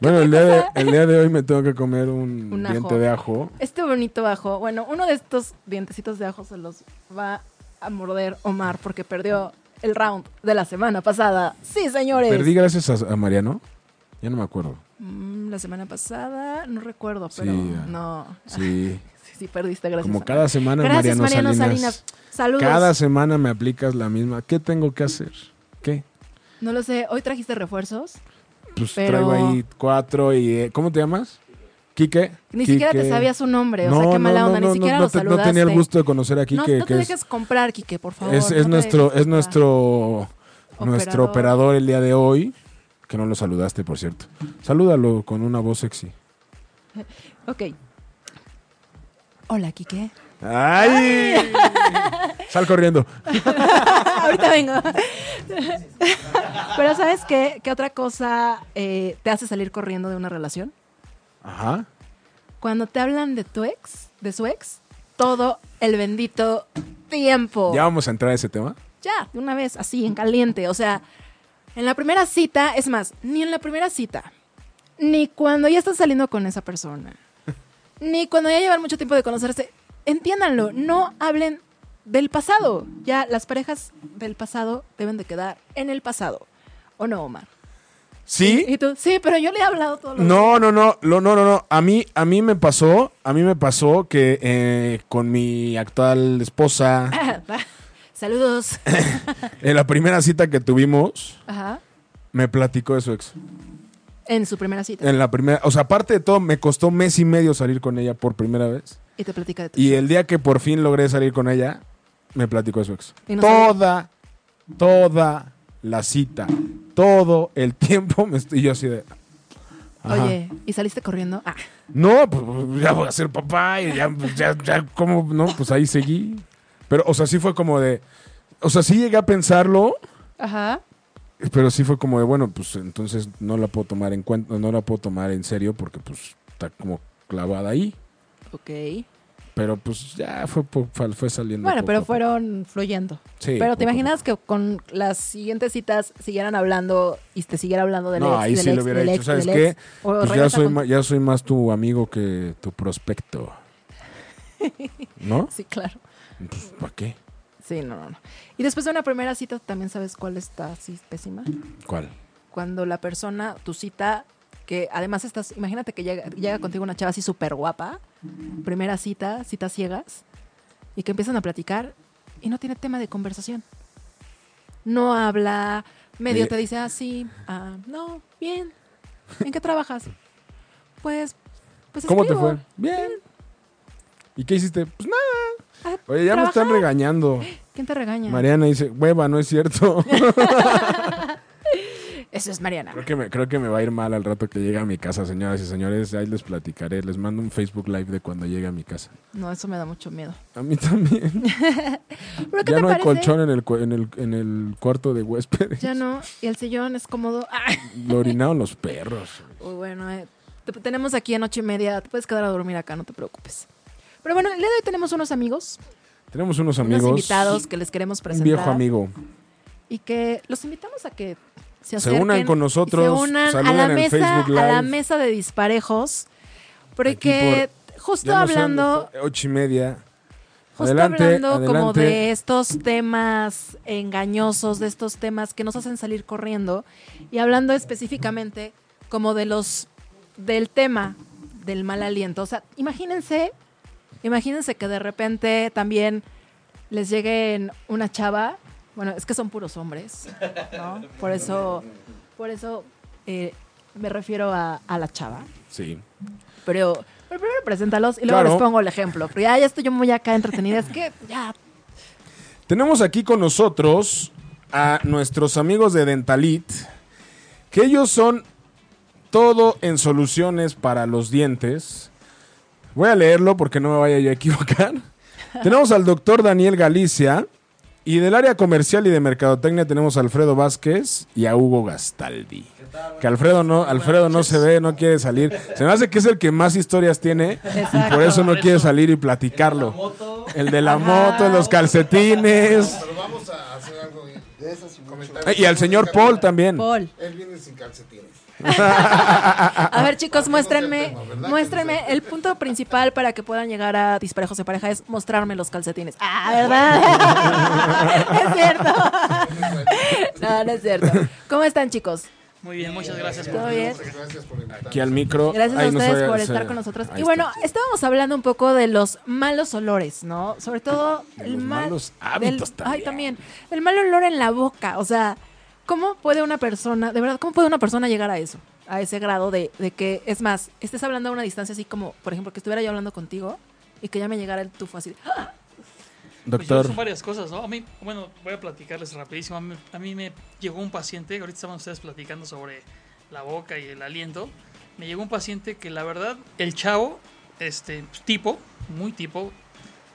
bueno el, día de, el día de hoy me tengo que comer un, Un ajo. diente de ajo. Este bonito ajo, bueno, uno de estos dientecitos de ajo se los va a morder Omar porque perdió el round de la semana pasada. Sí, señores. Perdí gracias a, a Mariano. Ya no me acuerdo. Mm, la semana pasada, no recuerdo, pero Sí, ya. no. Sí. Sí, sí, perdiste, gracias. Como a- cada semana, Gracias, Mariano, Mariano Salinas. Salinas. Saludos. Cada semana me aplicas la misma. ¿Qué tengo que hacer? ¿Qué? No lo sé, hoy trajiste refuerzos. Pues Pero- traigo ahí cuatro y... eh, ¿Cómo te llamas? ¿Quique? Ni siquiera te Quique. sabía su nombre, o No, sea, qué mala no, onda, no, ni no, siquiera no lo te- saludaste. No tenía el gusto de conocer a No, Quique. no te que es, dejes comprar, Quique, por favor. es- no es te nuestro, dejes es comprar. nuestro, nuestro operador el día de hoy. Que no lo saludaste, por cierto. Salúdalo con una voz sexy. Ah. Ok. Hola, Quique. ¡Ay! Sal corriendo. ahorita vengo. Pero ¿sabes qué? ¿Qué otra cosa eh, te hace salir corriendo de una relación? Ajá. Cuando te hablan de tu ex, de su ex, todo el bendito tiempo. Ya vamos a entrar a ese tema. ya, de una vez, así, en caliente. O sea, en la primera cita, es más, ni en la primera cita, ni cuando ya estás saliendo con esa persona, ni cuando ya llevan mucho tiempo de conocerse, entiéndanlo, no hablen del pasado. Ya las parejas del pasado deben de quedar en el pasado. ¿O no, Omar? Sí. Y tú, sí, pero yo le he hablado todo lo No, no, no, lo- no, no, no. A mí, a mí me pasó, a mí me pasó que eh, con mi actual esposa, Ah. Saludos. en la primera cita que tuvimos, Ajá. me platicó de su ex. En su primera cita. En la primera, o sea, aparte de todo, me costó mes y medio salir con ella por primera vez. Y te platica de tu Y el día que por fin logré salir con ella, me platicó de su ex. Y no toda, toda la cita, todo el tiempo me estoy yo así de. ajá. Oye, ¿y saliste corriendo? Ah. No, pues pues, ya voy a ser papá y ya, pues, ya, ya, ¿cómo? No, pues ahí seguí. Pero, o sea, sí fue como de. O sea, sí llegué a pensarlo, Ajá. pero sí fue como de, bueno, pues entonces no la puedo tomar en cuenta, no la puedo tomar en serio porque, pues, está como clavada ahí. Ok. Pero, pues, ya fue, po- fue, fue saliendo. Bueno, poco a pero poco. fueron fluyendo. Sí, Pero te poco a imaginas que con las siguientes citas siguieran hablando y te siguiera hablando del No, ex, ahí del sí ex, lo hubiera del dicho. ex, ¿Sabes del qué? ex? O Pues ya regresa soy, con- ma- ya soy más tu amigo que tu prospecto. ¿No? Sí, claro. Pues, ¿Para qué? Sí, no, no, no. Y después de una primera cita, ¿también sabes cuál está así pésima? ¿Cuál? Cuando la persona, tu cita, que además estás, imagínate que llega, llega contigo una chava así súper guapa, primera cita, citas ciegas, y que empiezan a platicar y no tiene tema de conversación. No habla, medio Oye. te dice así, ah, no, bien, ¿en qué trabajas? Pues, pues ¿Cómo te escribo. fue? Bien. ¿Y qué hiciste? Pues nada. Ah, Oye, ya me ¿trabajar? están regañando. ¿Quién te regaña? Mariana dice, hueva, no es cierto. Eso es Mariana. creo, que me, creo que me va a ir mal al rato que llegue a mi casa, señoras y señores. Ahí les platicaré. Les mando un Facebook Live de cuando llegue a mi casa. No, eso me da mucho miedo. A mí también. ¿Pero qué ya te no hay parece? colchón en el, cu- en, el, en el cuarto de huéspedes. Ya no, y el sillón es cómodo. Ah. Lo orinaron los perros. Uy, bueno, eh, te- tenemos aquí en ocho y media. Te puedes quedar a dormir acá, no te preocupes. Pero bueno, el día de hoy tenemos unos amigos, Tenemos unos amigos. unos invitados que les queremos Un presentar. viejo amigo. Y que los invitamos a que se Se acerquen. unan con nosotros, y Se unan a saluden la, en mesa, Facebook a la Live. mesa de disparejos. Porque justo Ya no sé hablando... dónde fue, Ocho y media. Justo Adelante, hablando como adelante. de estos temas engañosos, de estos temas que nos hacen salir corriendo, y hablando específicamente como de los del tema del mal aliento. O sea, imagínense, imagínense que de repente también les llegue una chava, bueno, es que son puros hombres, ¿no? Por eso, por eso eh, me refiero a, a la chava. Sí. Pero, pero primero preséntalos y luego Claro. les pongo el ejemplo. Pero ya, ya estoy yo muy acá entretenida. Es que ya. Tenemos aquí con nosotros a nuestros amigos de Dentalit, que ellos son todo en soluciones para los dientes. Voy a leerlo porque no me vaya yo a equivocar. tenemos al doctor Daniel Galicia y del área comercial y de mercadotecnia tenemos a Alfredo Vázquez y a Hugo Gastaldi. Que Alfredo no, Alfredo no se ve, no quiere salir. Se me hace que es el que más historias tiene y Exacto. por eso no quiere salir y platicarlo. El de la moto, los calcetines. Pero vamos a hacer algo bien. De esas y comentar. Eh, Y al señor Paul también. Paul. Él viene sin calcetines. A ver, chicos, muéstrenme, Ah, tema, ¿verdad? muéstrenme. El punto principal para que puedan llegar a disparejos de pareja es mostrarme los calcetines. Ah, Ah, ¿verdad? es cierto. no, no es cierto. ¿Cómo están, chicos? Muy bien, muchas gracias por ¿Todo bien? Gracias por invitarme. Aquí al micro. Gracias a Ahí nos ustedes oye- por se- estar con nosotros. ahí Y bueno, está. estábamos hablando un poco de los malos olores, ¿no? Sobre todo Ah, De el los mal, malos hábitos del- también. Ay, también. El mal olor en la boca. O sea, ¿cómo puede una persona, de verdad, cómo puede una persona llegar a eso? A ese grado de, de que, es más, estés hablando a una distancia así como, por ejemplo, que estuviera yo hablando contigo y que ya me llegara el tufo así. "Ah, Pues Doctor. son varias cosas, ¿no? A mí, bueno, voy a platicarles rapidísimo. A mí, a mí me llegó un paciente, ahorita estaban ustedes platicando sobre la boca y el aliento. Me llegó un paciente que la verdad, el chavo, este pues, tipo, muy tipo,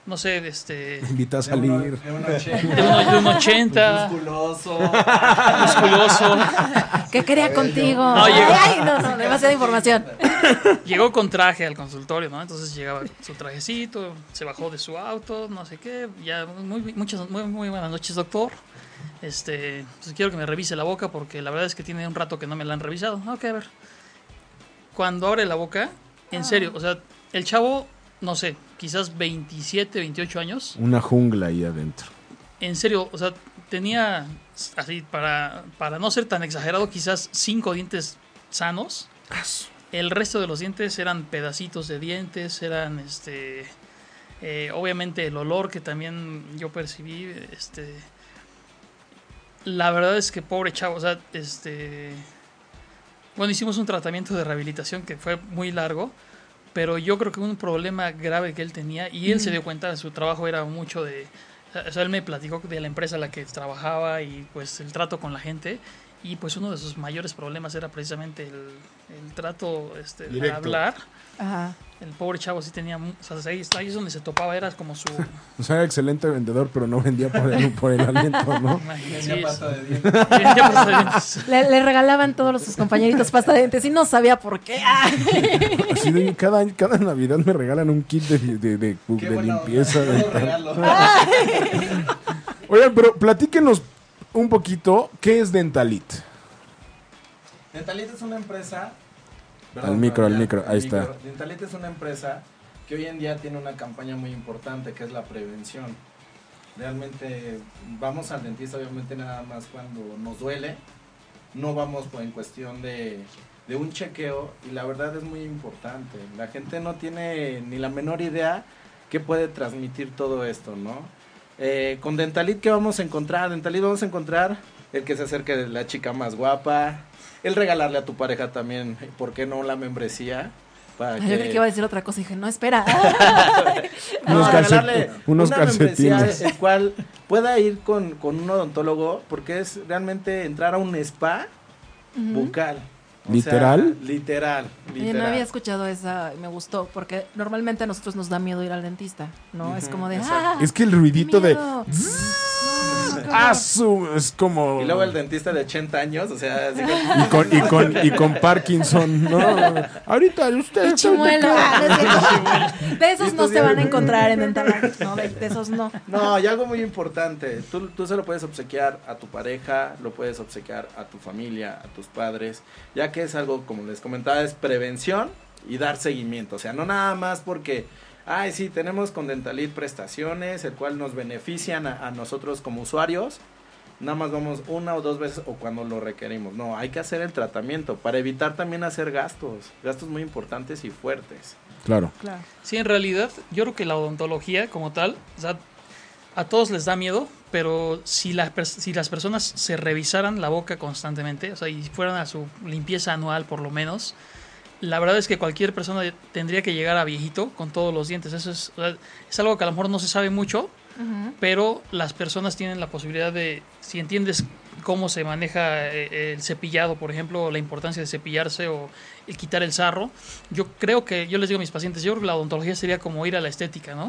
no sé, de este, Invita a De uno- salir. de uno ochenta. de uno- de un 80, Musculoso. musculoso. ¿Qué quería contigo? No, llegó. Ay, no, no, demasiada información. Llegó con traje al consultorio, ¿no? Entonces llegaba con su trajecito, se bajó de su auto, no sé qué. Ya, muy, muchas, muy, muy buenas noches, doctor. Este, pues quiero que me revise la boca porque la verdad es que tiene un rato que no me la han revisado. Ah, Ok, a ver. Cuando abre la boca, en serio, o sea, el chavo, no sé, quizás 27, 28 años. Una jungla ahí adentro. En serio, o sea, tenía así, para, para no ser tan exagerado, quizás cinco dientes sanos. El resto de los dientes eran pedacitos de dientes, eran este. eh, obviamente el olor que también yo percibí. Este. La verdad es que pobre chavo, o sea, este. Bueno, hicimos un tratamiento de rehabilitación que fue muy largo, pero yo creo que un problema grave que él tenía, y él se dio cuenta de su trabajo era mucho de, o sea, él me platicó de la empresa en la que trabajaba y pues el trato con la gente. Y pues uno de sus mayores problemas era precisamente el, el trato este, al Directo. hablar. Ajá. El pobre chavo sí tenía... mu- O sea, ahí, está- ahí es donde se topaba, era como su... O sea, era excelente vendedor, pero no vendía por el, por el aliento, ¿no? Imagínense, Tenía es- pasta de dientes. tenía pasta de dientes. Le, le regalaban todos sus compañeritos pasta de dientes y no sabía por qué. Ah, Así de cada, año- cada Navidad me regalan un kit de, de- de- Qué de buena onda. limpieza. Yo de lo tal. regalo. Oigan, pero platíquenos un poquito qué es Dentalit. Dentalit es una empresa. micro, al ya, micro, ahí está. micro. Dentalit es una empresa que hoy en día tiene una campaña muy importante que es la prevención. Realmente vamos al dentista, obviamente, nada más cuando nos duele. No vamos por, en cuestión de, de un chequeo y la verdad es muy importante. La gente no tiene ni la menor idea qué puede transmitir todo esto, ¿no? Eh, con Dentalit, ¿qué vamos a encontrar? Dentalit vamos a encontrar el que se acerque de la chica más guapa, el regalarle a tu pareja también, ¿por qué no la membresía? Para Yo creí que iba a decir otra cosa y dije, no, espera. No, Unos calcet- regalarle unos una membresía calcetines. El cual pueda ir con, con un odontólogo porque es realmente entrar a un spa bucal. O sea, ¿Literal? literal, Oye, no literal. había escuchado esa y me gustó, porque normalmente a nosotros nos da miedo ir al dentista, ¿no? es Ujú, como de, exacto. ah, Es que el ruidito de... miedo. ¡Ah, su! Es como... Y luego el dentista de 80 años, o sea, así como- Y con, y con, y con Parkinson, ¿no? Ahorita usted... Chimuelo. Ah, no es cierto. De esos no Estos se van a días- encontrar en Dental ¿no? De, de esos no. No, y algo muy importante, tú, tú se lo puedes obsequiar a tu pareja, lo puedes obsequiar a tu familia, a tus padres, ya que es algo, como les comentaba, es prevención y dar seguimiento, o sea, no nada más porque, ay, sí, tenemos con Dentalit prestaciones, el cual nos benefician a, a nosotros como usuarios, nada más vamos una o dos veces o cuando lo requerimos, no, hay que hacer el tratamiento para evitar también hacer gastos, gastos muy importantes y fuertes. Claro. Claro. Sí, en realidad, yo creo que la odontología como tal, o sea, a todos les da miedo, pero si, la pers- si las personas se revisaran la boca constantemente, o sea, y fueran a su limpieza anual por lo menos, la verdad es que cualquier persona tendría que llegar a viejito con todos los dientes. Eso es, o sea, es algo que a lo mejor no se sabe mucho, pero las personas tienen la posibilidad de, si entiendes cómo se maneja eh, el cepillado, por ejemplo, o la importancia de cepillarse o el quitar el sarro, yo creo que, yo les digo a mis pacientes, yo creo que la odontología sería como ir a la estética, ¿no?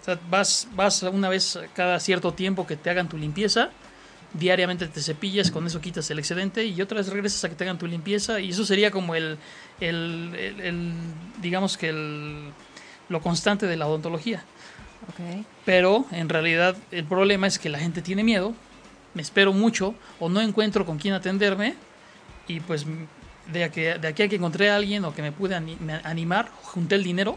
O sea, vas, vas una vez cada cierto tiempo que te hagan tu limpieza, diariamente te cepillas, con eso quitas el excedente y otra vez regresas a que te hagan tu limpieza y eso sería como el, el, el- el, digamos que el, lo constante de la odontología. Ok. Pero en realidad el problema es que la gente tiene miedo, me espero mucho o no encuentro con quién atenderme y pues m- de aquí, de aquí a que encontré a alguien o que me pude ani- me animar, junté el dinero,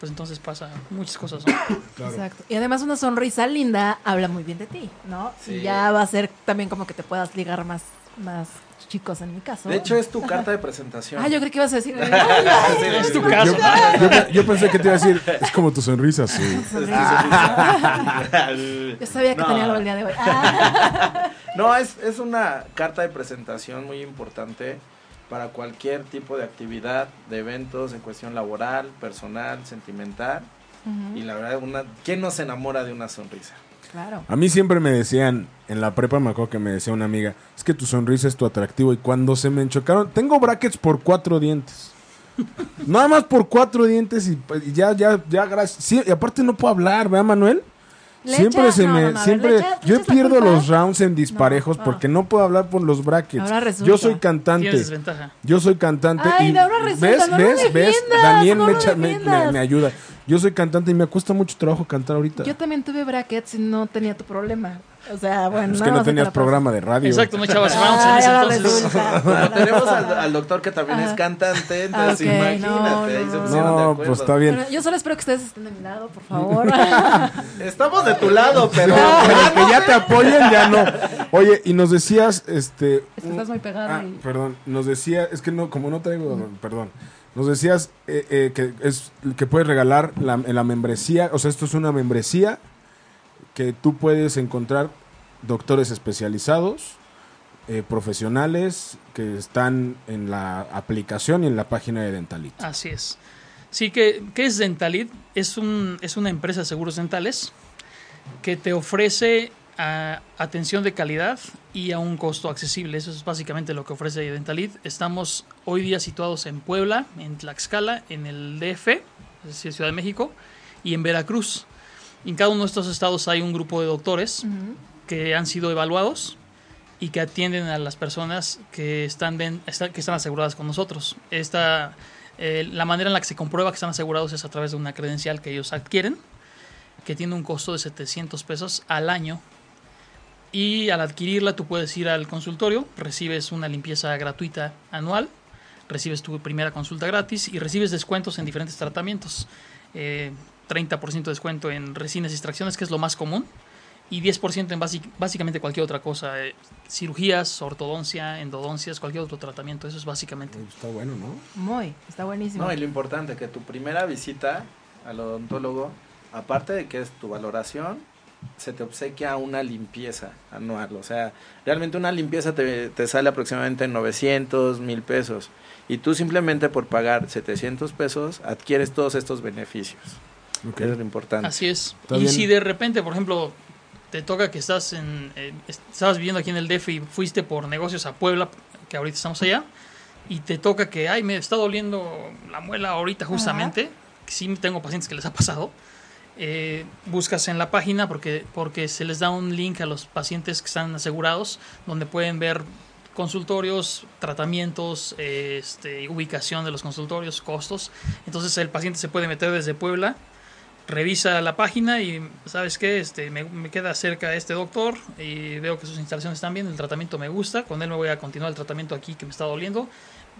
pues entonces pasa muchas cosas. ¿no? Exacto. Y además una sonrisa linda habla muy bien de ti, ¿no? Y Sí. ya va a ser también como que te puedas ligar más, más chicos en mi caso. De hecho, es tu carta de presentación. Ah, yo creí que ibas a decir. "Ay, es tu Yo, caso. yo pe- yo pensé que te iba a decir, es como tu sonrisa, sí. Yo sabía que No. tenía algo el día de hoy. Ah, No, es, es una carta de presentación muy importante para cualquier tipo de actividad, de eventos en cuestión laboral, personal, sentimental. Y la verdad, una, ¿quién no se enamora de una sonrisa? claro. A mí siempre me decían, en la prepa me acuerdo que me decía una amiga, es que tu sonrisa es tu atractivo. Y cuando se me enchocaron, tengo brackets por cuatro dientes. Nada más por cuatro dientes y, pues, y ya, ya, ya, gracias. Sí, y aparte no puedo hablar, ¿verdad, Manuel? ¿Le siempre echa? se No, me. no, no, a ver, siempre, ¿le echa- le yo echas la pierdo culpa? los rounds en disparejos No, ah. porque no puedo hablar por los brackets. Ahora resulta. Yo soy cantante. Tienes desventaja. Yo soy cantante. Ay, y no, ahora resulta, ¿Ves? no lo ¿Ves? ¿Ves? defiendas, Daniel no me, lo echa- me- me- defiendas. me ayuda. Yo soy cantante y me cuesta mucho trabajo cantar ahorita. Yo también tuve brackets y no tenía tu problema. O sea, bueno. Ah, es nada que no más se te tenías la paso. programa de radio. Exacto, no echabas rounds en Ay, ese ahora entonces. resulta. Tenemos al, al doctor que también es cantante, entonces Ah, ok, no, imagínate, ahí se no. pusieron de No, acuerdo. pues está bien. Pero yo solo espero que ustedes estén de mi lado, por favor. Estamos de tu lado, pero Pero que ya te apoyen, ya no. Oye, y nos decías, este. Es que estás muy pegado. Ah, y- perdón, nos decía, es que no, como no traigo, perdón, nos decías eh, eh, que es que puedes regalar la, en la membresía, o sea, esto es una membresía que tú puedes encontrar doctores especializados, eh, profesionales que están en la aplicación y en la página de Dentalit. Ah, Así es. Sí, que, ¿qué es Dentalit? Es, un, es una empresa de seguros dentales que te ofrece ah, atención de calidad y a un costo accesible. Eso es básicamente lo que ofrece Dentalit. Estamos hoy día situados en Puebla, en Tlaxcala, en el DF, es decir, Ciudad de México, y en Veracruz. En cada uno de estos estados hay un grupo de doctores que han sido evaluados y que atienden a las personas que están, den- está- que están aseguradas con nosotros. Esta, eh, la manera en la que se comprueba que están asegurados es a través de una credencial que ellos adquieren, que tiene un costo de 700 pesos al año. Y al adquirirla tú puedes ir al consultorio, recibes una limpieza gratuita anual, recibes tu primera consulta gratis y recibes descuentos en diferentes tratamientos. Eh, 30% de descuento en resinas y extracciones, que es lo más común, y 10% en basi- básicamente cualquier otra cosa, eh, cirugías, ortodoncia, endodoncias, cualquier otro tratamiento, eso es básicamente. Está bueno, ¿no? Muy, está buenísimo. No, y lo importante, que tu primera visita al odontólogo, aparte de que es tu valoración, se te obsequia una limpieza anual. O sea, realmente una limpieza te, te sale aproximadamente en 900, 1000 pesos. Y tú simplemente por pagar 700 pesos adquieres todos estos beneficios. Ok. Que es lo importante. Así es. Está y bien. si de repente, por ejemplo, te toca que estás en, eh, estabas viviendo aquí en el DF y fuiste por negocios a Puebla, que ahorita estamos allá, y te toca que, ay, me está doliendo la muela ahorita justamente, que sí tengo pacientes que les ha pasado, eh, buscas en la página porque, porque se les da un link a los pacientes que están asegurados, donde pueden ver consultorios, tratamientos, eh, este, ubicación de los consultorios, costos. Entonces el paciente se puede meter desde Puebla revisa la página y sabes qué, este, me, me queda cerca este doctor y veo que sus instalaciones están bien, el tratamiento me gusta, con él me voy a continuar el tratamiento aquí que me está doliendo,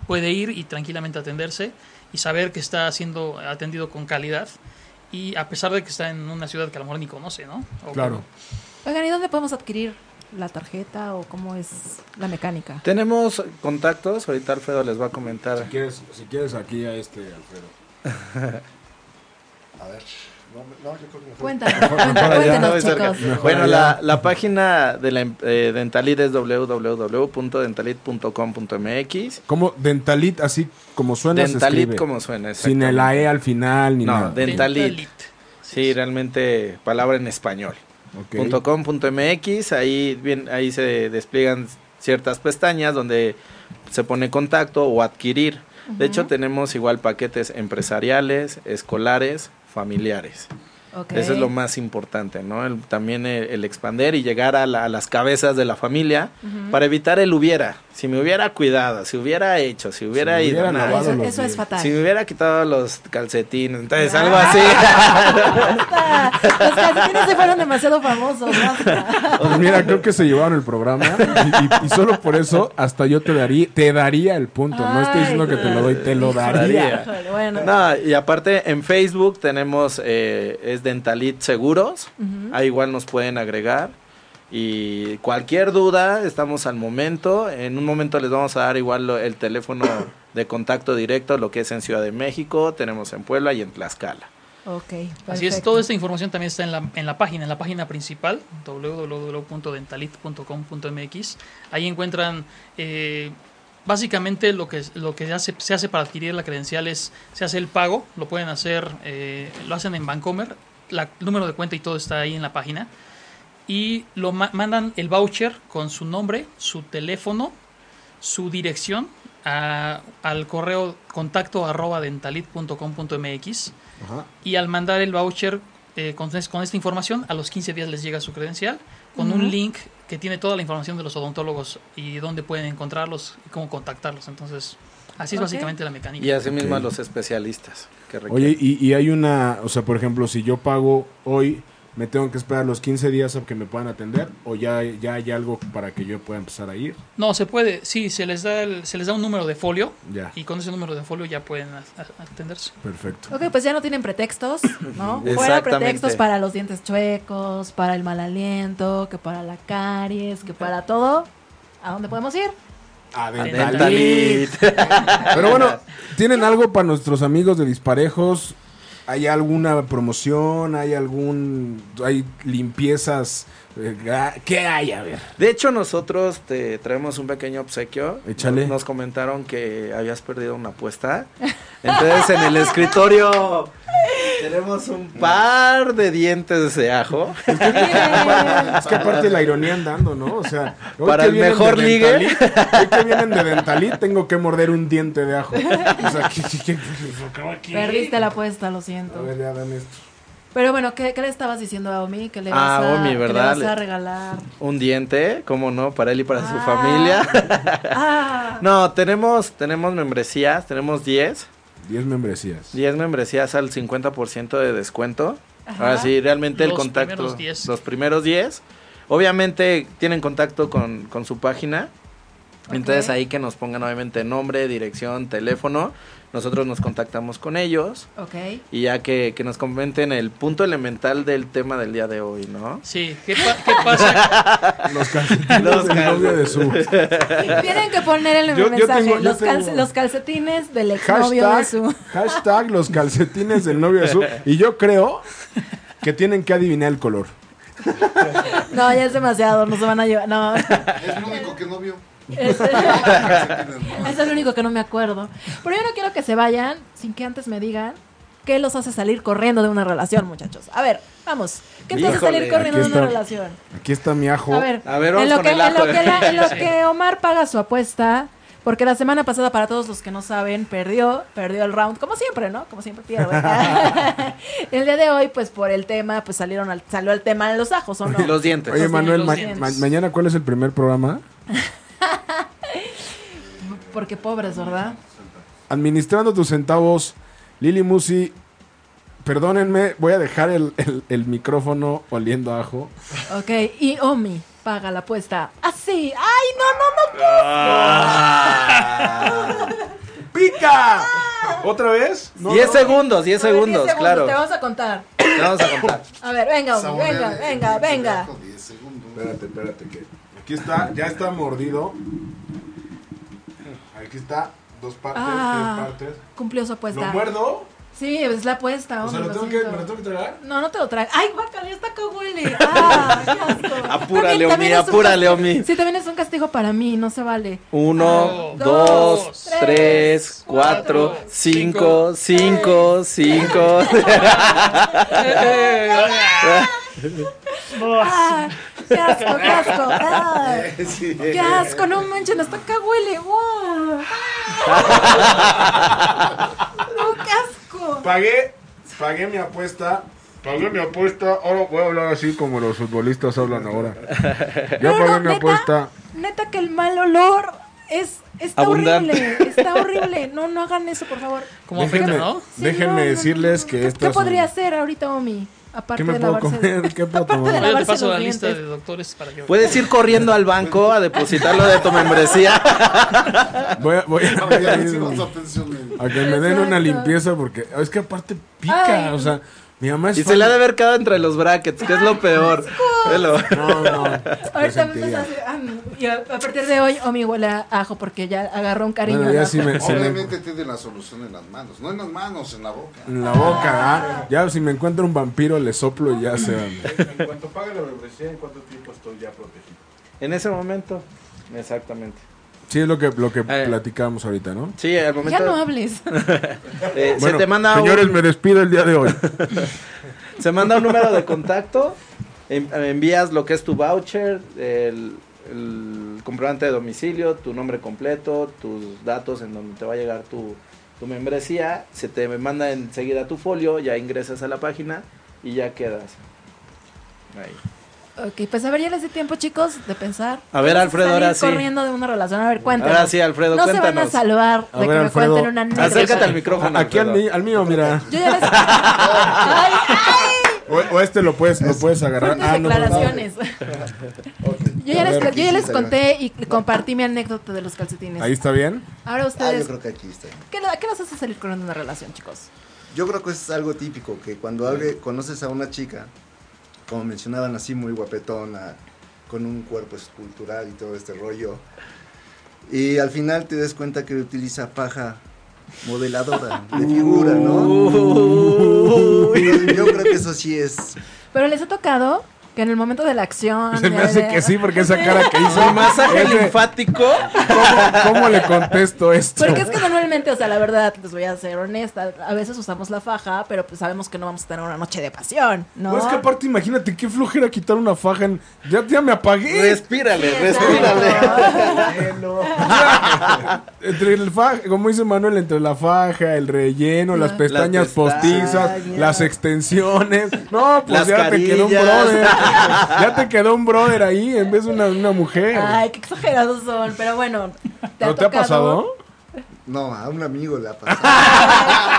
puede ir y tranquilamente atenderse y saber que está siendo atendido con calidad y a pesar de que está en una ciudad que a lo mejor ni conoce, ¿no? O Claro. Oigan, ¿y dónde podemos adquirir la tarjeta o cómo es la mecánica? Tenemos contactos, ahorita Alfredo les va a comentar. Si quieres, si quieres aquí a este, Alfredo. A ver. No, no, yo creo que mejor. Cuéntanos, cuéntanos, Ahora Ah, ya cuéntanos, no, cerca. chicos. Bueno, allá. la, la página de la em- eh, Dentalit es www.dentalit.com.mx. Como Dentalit, así como suena, se Dentalit escribe. como suena. Sin el exactamente. AE al final ni No, nada. de- Dentalit. Sí, Sí. realmente palabra en español. Ok. .com.mx, ahí, bien, ahí se despliegan ciertas pestañas donde se pone contacto o adquirir. De hecho, tenemos igual paquetes empresariales, escolares, familiares. Ok. Eso es lo más importante, ¿no? El- también el, el expander y llegar a, la- a las cabezas de la familia para evitar el hubiera. Si me hubiera cuidado, si hubiera hecho, si hubiera me ido. hubieran nah, lavado Ah, Eso, los eso es dientes. fatal. si me hubiera quitado los calcetines, entonces algo así. Basta. Los calcetines se fueron demasiado famosos. basta. Pues mira, creo que se llevaron el programa y, y- y solo por eso hasta yo te daría, te daría el punto. No estoy diciendo que te lo doy, te lo daría. Híjole, bueno. No, y aparte en Facebook tenemos, eh, es Dentalit Seguros, ahí igual nos pueden agregar. Y cualquier duda, estamos al momento. En un momento les vamos a dar igual lo- el teléfono de contacto directo, lo que es en Ciudad de México, tenemos en Puebla y en Tlaxcala. Ok. Así es, perfecto. toda esta información también está en la, en la página, en la página principal, www.dentalit.com.mx. Ahí encuentran eh, básicamente lo que, lo que hace- se hace para adquirir la credencial es, se hace el pago, lo pueden hacer, eh, lo hacen en Bancomer, la- el número de cuenta y todo está ahí en la página. Y lo ma- mandan el voucher con su nombre, su teléfono, su dirección a- al correo contacto arroba dentalit.com.mx Ajá. y al mandar el voucher eh, con, es- con esta información, a los 15 días les llega su credencial con un link que tiene toda la información de los odontólogos y dónde pueden encontrarlos y cómo contactarlos. Entonces, así es Ok. básicamente la mecánica. Y así mismo a los especialistas que Oye, requieren. y, y hay una, o sea, por ejemplo, si yo pago hoy, ¿me tengo que esperar los 15 días a que me puedan atender? ¿O ya, ya hay algo para que yo pueda empezar a ir? No, se puede, sí, se les da, el- se les da un número de folio Ya. y con ese número de folio ya pueden a- a- atenderse. Perfecto. Ok, pues ya no tienen pretextos, ¿no? Fuera Exactamente. pretextos para los dientes chuecos, para el mal aliento, que para la caries, que para todo. ¿A dónde podemos ir? A Dentalit. Pero bueno, ¿tienen algo para nuestros amigos de Disparejos? ¿Hay alguna promoción? ¿Hay algún... hay limpiezas? eh, gra- ¿Qué hay? A ver. De hecho, nosotros te traemos un pequeño obsequio. Échale. Nos, nos comentaron que habías perdido una apuesta. Entonces, en el escritorio tenemos un par de dientes de ajo. Es que aparte la ironía andando, ¿no? O sea, hoy Para que el vienen mejor de ligue. Dentalit- Hoy que vienen de Dentalit, tengo que morder un diente de ajo. O sea, ¿qué, qué- qué- Perdiste la apuesta, lo A siento. ver, ya dame esto. Pero bueno, ¿qué, qué le estabas diciendo a Omi? ¿Qué le Ah, vas a, Omi, qué le ¿verdad? vas a regalar? Un diente, cómo no, para él y para su Ah. familia. Ah, No, tenemos, tenemos membresías, tenemos 10. 10 membresías. 10 membresías al 50% de descuento. Ajá. Ahora sí, realmente el Los contacto. primeros 10. Los primeros 10. Obviamente tienen contacto con, con su página. Entonces Ok. ahí que nos pongan obviamente nombre, dirección, teléfono. Nosotros nos contactamos con ellos. ok. Y ya que, que nos comenten el punto elemental del tema del día de hoy, ¿no? Sí, ¿qué, pa- qué pasa? Los calcetines del novio de su. Tienen que poner el Yo- yo mensaje. tengo- yo los, calce- tengo- los calcetines del exnovio de Hashtag, su. hashtag los calcetines del novio de su. Y yo creo que tienen que adivinar el color. No, ya es demasiado, no se van a llevar. No. Es el único que no vio. Este- Calcetines, Eso es lo único que no me acuerdo. Pero yo no quiero que se vayan sin que antes me digan qué los hace salir corriendo de una relación, muchachos. A ver, vamos. ¿Qué te hace Híjole, salir corriendo de aquí una está. relación? Aquí está mi ajo. A ver, A ver, vamos en, lo con que, el en lo ajo. que la- en lo Sí. que Omar paga su apuesta, porque la semana pasada, para todos los que no saben, perdió, perdió el round, como siempre, ¿no? Como siempre pierde. el día de hoy, pues por el tema, pues salieron al, salió el tema de los ajos, ¿o no? Los dientes. Oye, Los Manuel, dientes. ma- Los dientes. ma- mañana, ¿cuál es el primer programa? Porque pobres, ¿verdad? Administrando tus centavos, Lili Musi. Perdónenme, voy a dejar el, el- el micrófono oliendo a ajo. Ok, y Omi paga la apuesta. Así. ¡Ay, no, no, no! ¡Pica! ¿Otra vez? 10 segundos, 10 A ver, segundos, claro. Te vamos a contar. Te vamos a contar. A ver, venga, Omi, saborea venga, de- venga, de- de- venga. de- diez segundos. Espérate, espérate, que aquí está, ya está mordido. Aquí está, dos partes, Ah. tres partes. Cumplió su apuesta. ¿Lo muerdo? Sí, es la apuesta, O Omi. sea, ¿lo lo tengo que, siento. ¿me lo tengo que tragar? No, no te lo traigo. ¡Ay, guacala, ya está con Willy! ¡Ah, qué asco! Apúrale, También- también Omi, es un apúrale, castigo- Omi. Sí, también es un castigo para mí, no se vale. Uno, Uno, dos, dos, tres, tres, cuatro, cuatro, cinco, cinco, cinco. Eh, Oh. ¡Ah, qué asco, qué asco! ¡Ah! ¡Qué asco! ¡No manchen, está Willy! ¡Wow! ¡Ah! ¡No, qué asco! Pagué, pagué mi apuesta. Pagué mi apuesta. Ahora voy a hablar así como los futbolistas hablan ahora. Ya Pero, pagué mi ¿neta? apuesta. Neta que el mal olor es está Abundante. horrible, está horrible. No, no hagan eso, por favor. ¿Cómo afecta, no? Sí, déjenme no, no, no, decirles no. que ¿Qué- esto ¿Qué es un- podría hacer ahorita, Omi? Aparte ¿Qué me de puedo lavarse. comer? ¿Qué puedo Aparte de tomar? Yo te lavarse paso los la lista de dientes. doctores para que Puedes ir corriendo al banco a depositar lo de tu membresía. Voy a, voy a No, ya pedir hicimos atención, güey. a que me den una Exacto. limpieza porque es que aparte pica. Ay. O sea, mi mamá es. Y se fan- le ha de ver cada entre los brackets, que es lo peor. Velo. No, no. lo Ahorita me estás sentiría. haciendo- ah, y a, a partir de hoy, Omi huele a ajo porque ya agarró un cariño. Bueno, al ya ajo. sí me. sí me- Obviamente tiene la solución en las manos. No en las manos, en la boca. en la boca, ¿ah? Ya si me encuentro un vampiro le soplo y ya se van. En cuanto pague la membresía, ¿en cuánto tiempo estoy ya protegido? En ese momento. Exactamente. Sí, es lo que, lo que Eh. platicamos ahorita, ¿no? Sí, al Ya no momento. hables. eh, se Bueno, te manda un- señores, me despido el día de hoy. em, Se manda un número de contacto, en- envías lo que es tu voucher, el, el comprobante de domicilio, tu nombre completo, tus datos en donde te va a llegar tu, tu membresía, se te manda enseguida tu folio, ya ingresas a la página y ya quedas. Ahí. Ok, pues a ver, ya les di tiempo, chicos, de pensar. A ver, Alfredo, Salir ahora sí. corriendo de una relación. A ver, cuéntanos. Ahora sí, Alfredo, No se van a cuéntanos. salvar A de que ver, me Alfredo, cuenten una anécdota. Acércate al micrófono. Aquí al, Alfredo. mi- al mío, mira. Yo ya les... ¡Ay, ay! O, o este lo puedes, lo puedes agarrar. Fuertes Ah, no, no, no. declaraciones. Yo ya, les, yo ya les conté y compartí mi anécdota de los calcetines. Ahí está bien. Ahora Ah, yo ustedes, creo que aquí está. ¿qué, le- qué los hace salir corriendo de una relación, chicos? Yo creo que es algo típico, que cuando alguien- conoces a una chica, como mencionaban así, muy guapetona, con un cuerpo escultural y todo este rollo, y al final te das cuenta que utiliza paja modeladora de figura, ¿no? Yo- Yo creo que eso sí es... Pero les ha tocado que en el momento de la acción... Se me de- hace que sí, porque esa cara que hizo. Un masaje es de, linfático. ¿cómo, cómo le contesto esto? Porque es que normalmente, o sea, la verdad, les voy a ser honesta, a veces usamos la faja, pero pues sabemos que no vamos a tener una noche de pasión, ¿no? Pues es que aparte, imagínate qué flojera quitar una faja en. Ya, ya me apagué. Respírale, Exacto. respírale. Entre el faja, como dice Manuel, entre la faja, el relleno, las pestañas pestañas. postizas, las extensiones. No, pues Las ya te quedó un carillas. brother. ya te quedó un brother ahí en vez de una, una mujer. Ay, qué exagerados son, pero bueno. ¿No te ha pasado? No, a un amigo le ha pasado.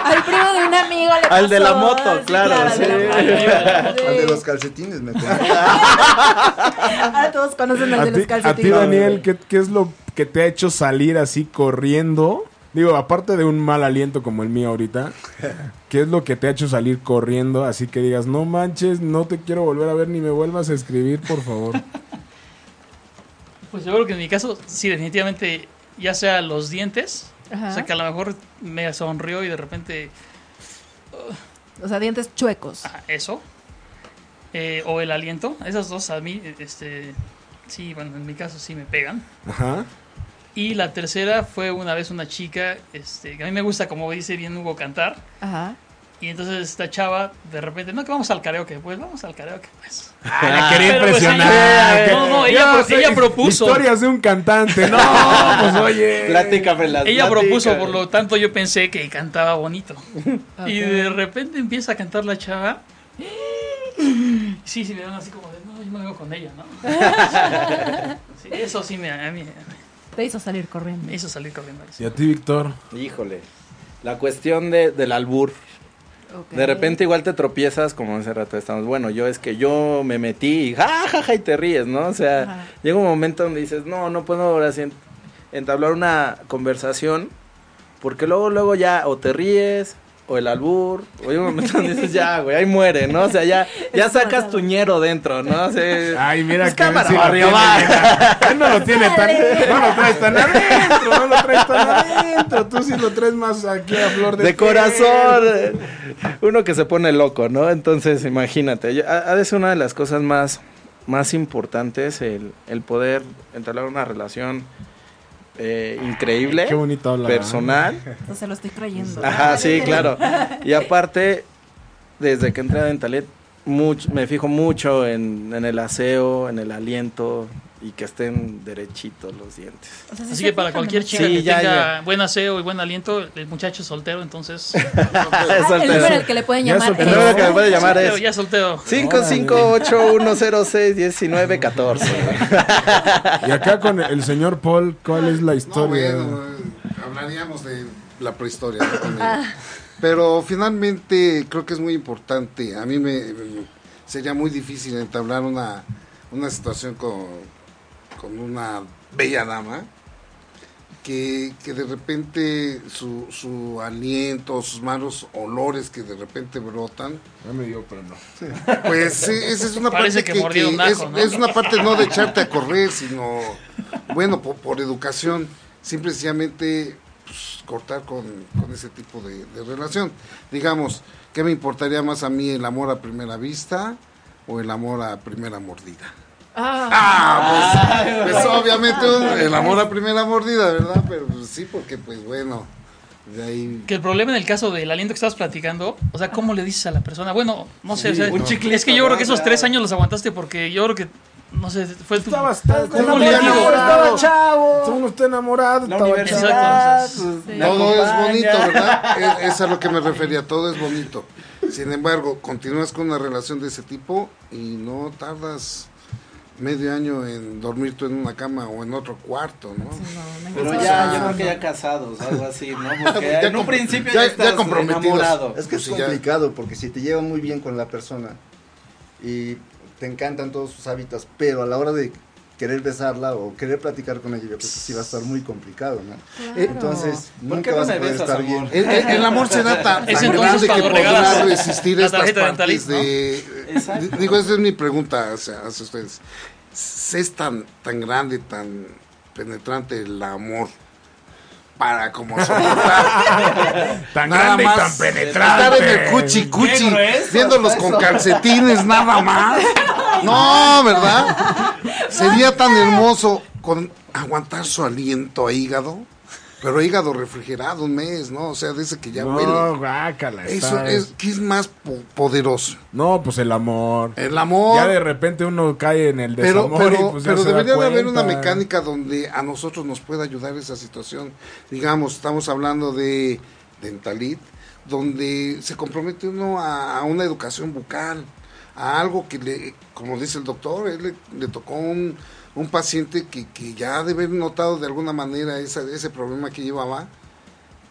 Al primo de un amigo le Al de la pasó, moto, claro, al de la moto, Al de sí. los calcetines me parece. Ahora todos conocen al A de los ti, a ti, calcetines. Daniel, ¿qué, qué es lo que te ha hecho salir así corriendo? Digo, aparte de un mal aliento como el mío ahorita, ¿qué es lo que te ha hecho salir corriendo? Así que digas, no manches, no te quiero volver a ver ni me vuelvas a escribir, por favor. Pues yo creo que en mi caso, sí, definitivamente, ya sea los dientes, Ajá. o sea, que a lo mejor me sonrió y de repente O sea, dientes chuecos. ah, eso, eh, o el aliento, esas dos a mí, este, sí, bueno, en mi caso sí me pegan. Ajá. Y la tercera fue una vez una chica, este, que a mí me gusta, como dice bien Hugo, cantar. Ajá. Y entonces esta chava, de repente, no, que vamos al karaoke, pues vamos al karaoke, pues. la quería pero, pues, impresionar. ella- que- no, no, ella Ya pro- sé, ella propuso. Historias de un cantante. No, pues oye. Platícamelas, Ella propuso, platícamelas. por lo tanto yo pensé que cantaba bonito. Ah, Y de repente empieza a cantar la chava. Sí, sí, me dan así como de, no, yo me vengo con ella, ¿no? Sí, eso sí me, a mí Te hizo salir corriendo. me hizo salir corriendo. Y a ti, Víctor. Híjole. La cuestión de, del albur. Ok. De repente igual te tropiezas, como hace rato estamos, bueno, yo es que yo me metí y ja, ja, ja, y te ríes, ¿no? O sea, Ajá. llega un momento donde dices, no, no puedo ahora sí en- entablar una conversación, porque luego, luego ya o te ríes, o el albur, o llega un momento donde dices, ya, güey, ahí muere, ¿no? O sea, ya, ya sacas tu ñero dentro, ¿no? O sea, Ay, mira Pues que él cámara, sí lo barrio, tiene, va. mira. Él no lo tiene tan. No lo traes tan adentro, no lo traes tan adentro. Tú sí lo traes más aquí a flor de. de piel. corazón, eh, uno que se pone loco, ¿no? Entonces, imagínate, yo- ha, ha de ser una de las cosas más, más importantes el, el poder entablar una relación eh, increíble, Qué bonito habla. ¿eh? personal. Entonces lo estoy creyendo. Ajá, sí, claro. Y aparte, desde que entré a Dentalet, mucho, me fijo mucho en, en el aseo, en el aliento y que estén derechitos los dientes. O sea, sí Así se que para fijan, cualquier ¿no? chica Sí, que ya, tenga buen aseo y buen aliento, el muchacho es soltero, entonces... Ah, el Suéltalo. número al que le pueden Ya llamar. soltero. El número que me puede llamar soltero, es ya soltero. 5581061914. Y acá con el señor Paul, ¿cuál es la No, historia? bueno, eh, hablaríamos de la prehistoria. ¿no? Con ello. Pero finalmente creo que es muy importante. A mí me, me- sería muy difícil entablar una, una situación con, con una bella dama que, que de repente su, su aliento, sus malos olores que de repente brotan, Ya me dio, pero no. pues sí, esa es una Parece parte que que, mordió que un ajo, es, ¿no? es una parte no de echarte a correr, sino, bueno, po- por, educación, simple y sencillamente pues, cortar con, con ese tipo de, de relación. Digamos, ¿qué me importaría más a mí el amor a primera vista o el amor a primera mordida? Ah, Ah, pues, pues, obviamente un- el amor a primera mordida, ¿verdad? Pero pues, sí, porque pues bueno, de ahí... Que el problema en el caso del aliento que estabas platicando, o sea, ¿cómo le dices a la persona? Bueno, no sé, Sí, o sea, un chiclito, es que yo creo que ¿no? esos tres años los aguantaste porque yo creo que no sé, fue tu... Estabas tan Un político. enamorado. Estaba chavo. Uno está enamorado. La estaba universidad. chavo. Exacto, Todo me es bonito, ¿verdad? Es, es a lo que me refería, todo es bonito. Sin embargo, continúas con una relación de ese tipo y no tardas medio año en dormir tú en una cama o en otro cuarto, ¿no? Pero ya, yo creo que ya casados, algo así, ¿no? Porque Ya en un compro- principio ya- ya, ya estás comprometidos. enamorado. Es que Pues es sí, ya. complicado porque si te lleva muy bien con la persona y te encantan todos sus hábitos, pero a la hora de querer besarla o querer platicar con ella, yo creo que sí va a estar muy complicado, ¿no? Entonces, ¿Por nunca qué no vas a me poder besas, estar amor? El, bien. el- el amor será tan, Es tan entonces grande que cuando podrá regalas resistir la estas tarjeta dental, partes ¿no? de... Exacto. di- Digo, esa es mi pregunta hacia, hacia ustedes. S- ¿Es tan, tan grande, tan penetrante el amor para como soportar Tan nada grande y más tan estar en el penetrante? cuchi cuchi grueso viéndolos con calcetines nada más? No, ¿verdad? Sería tan hermoso con aguantar su aliento a hígado, pero hígado refrigerado un mes, ¿no? O sea, dice que ya huele. No, guácala. Eso está- es, ¿qué es más po- poderoso? No, pues el amor. El amor. Ya de repente uno cae en el pero desamor pero, y pues ya pero se da debería de haber cuenta. una mecánica donde a nosotros nos pueda ayudar esa situación. Digamos, estamos hablando de dentalit, donde se compromete uno a, a una educación bucal, a algo que, le, como dice el doctor, él le, le tocó un, un paciente que, que ya de haber notado de alguna manera esa- ese problema que llevaba,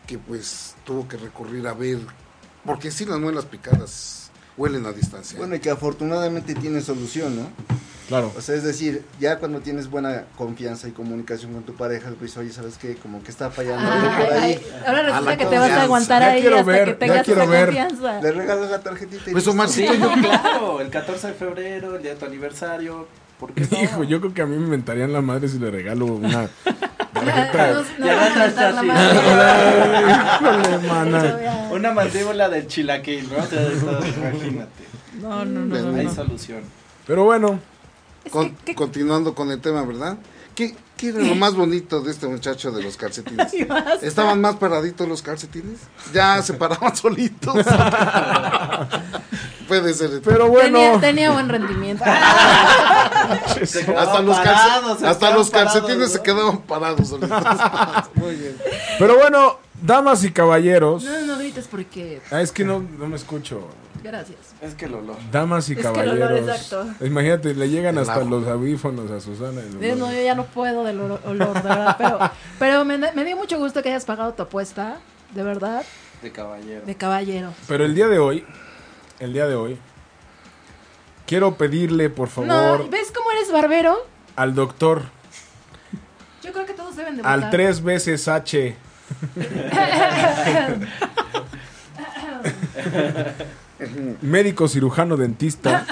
que pues tuvo que recurrir a ver, porque si las muelas picadas huelen a distancia. Bueno, y que afortunadamente tiene solución, ¿no? Claro. O sea, es decir, ya cuando tienes buena confianza y comunicación con tu pareja, pues oye, ¿sabes qué? Como que está fallando algo por ahí. Ahora A la resulta que te vas confianza. a aguantar Ya ahí quiero hasta ver, que ya tengas quiero esa ver. confianita. Le regalas la tarjetita y Pues listo. Sí, Omarcito, yo- claro, el 14 de febrero, el día de tu aniversario. ¿Por qué no? Hijo, yo creo que a mí me inventarían la madre si le regalo una tarjeta. Nos, nos van a aventar la Ya madre. Híjole, mana. Una mandíbula del chilaquil, ¿no? O sea, está- imagínate. No, no, no. Ven, Hay solución. Pero bueno, Con- continuando con el tema, ¿verdad? ¿Qué, qué era lo más bonito de este muchacho de los calcetines? ¿Estaban más paraditos los calcetines? Ya se paraban solitos. Puede ser. pero bueno. Tenía, tenía buen rendimiento. Se hasta quedaban los, calce- parados, se hasta los quedaban parados, calcetines ¿no? se quedaban parados solitos. Muy bien. Pero bueno, damas y caballeros. No, no grites porque. Ah, es que no, no me escucho. Gracias. Es que el olor. Damas y Es que el olor, caballeros. exacto. Imagínate, le llegan El hasta agua. los audífonos a Susana. y Eh, los- No, yo ya no puedo del olo- olor, de verdad. Pero, pero me, me dio mucho gusto que hayas pagado tu apuesta, de verdad, De caballero. de caballero. Pero el día de hoy, el día de hoy, quiero pedirle, por favor, No, ¿ves cómo eres barbero? al doctor, Yo creo que todos deben de al votar. tres veces H, médico cirujano dentista,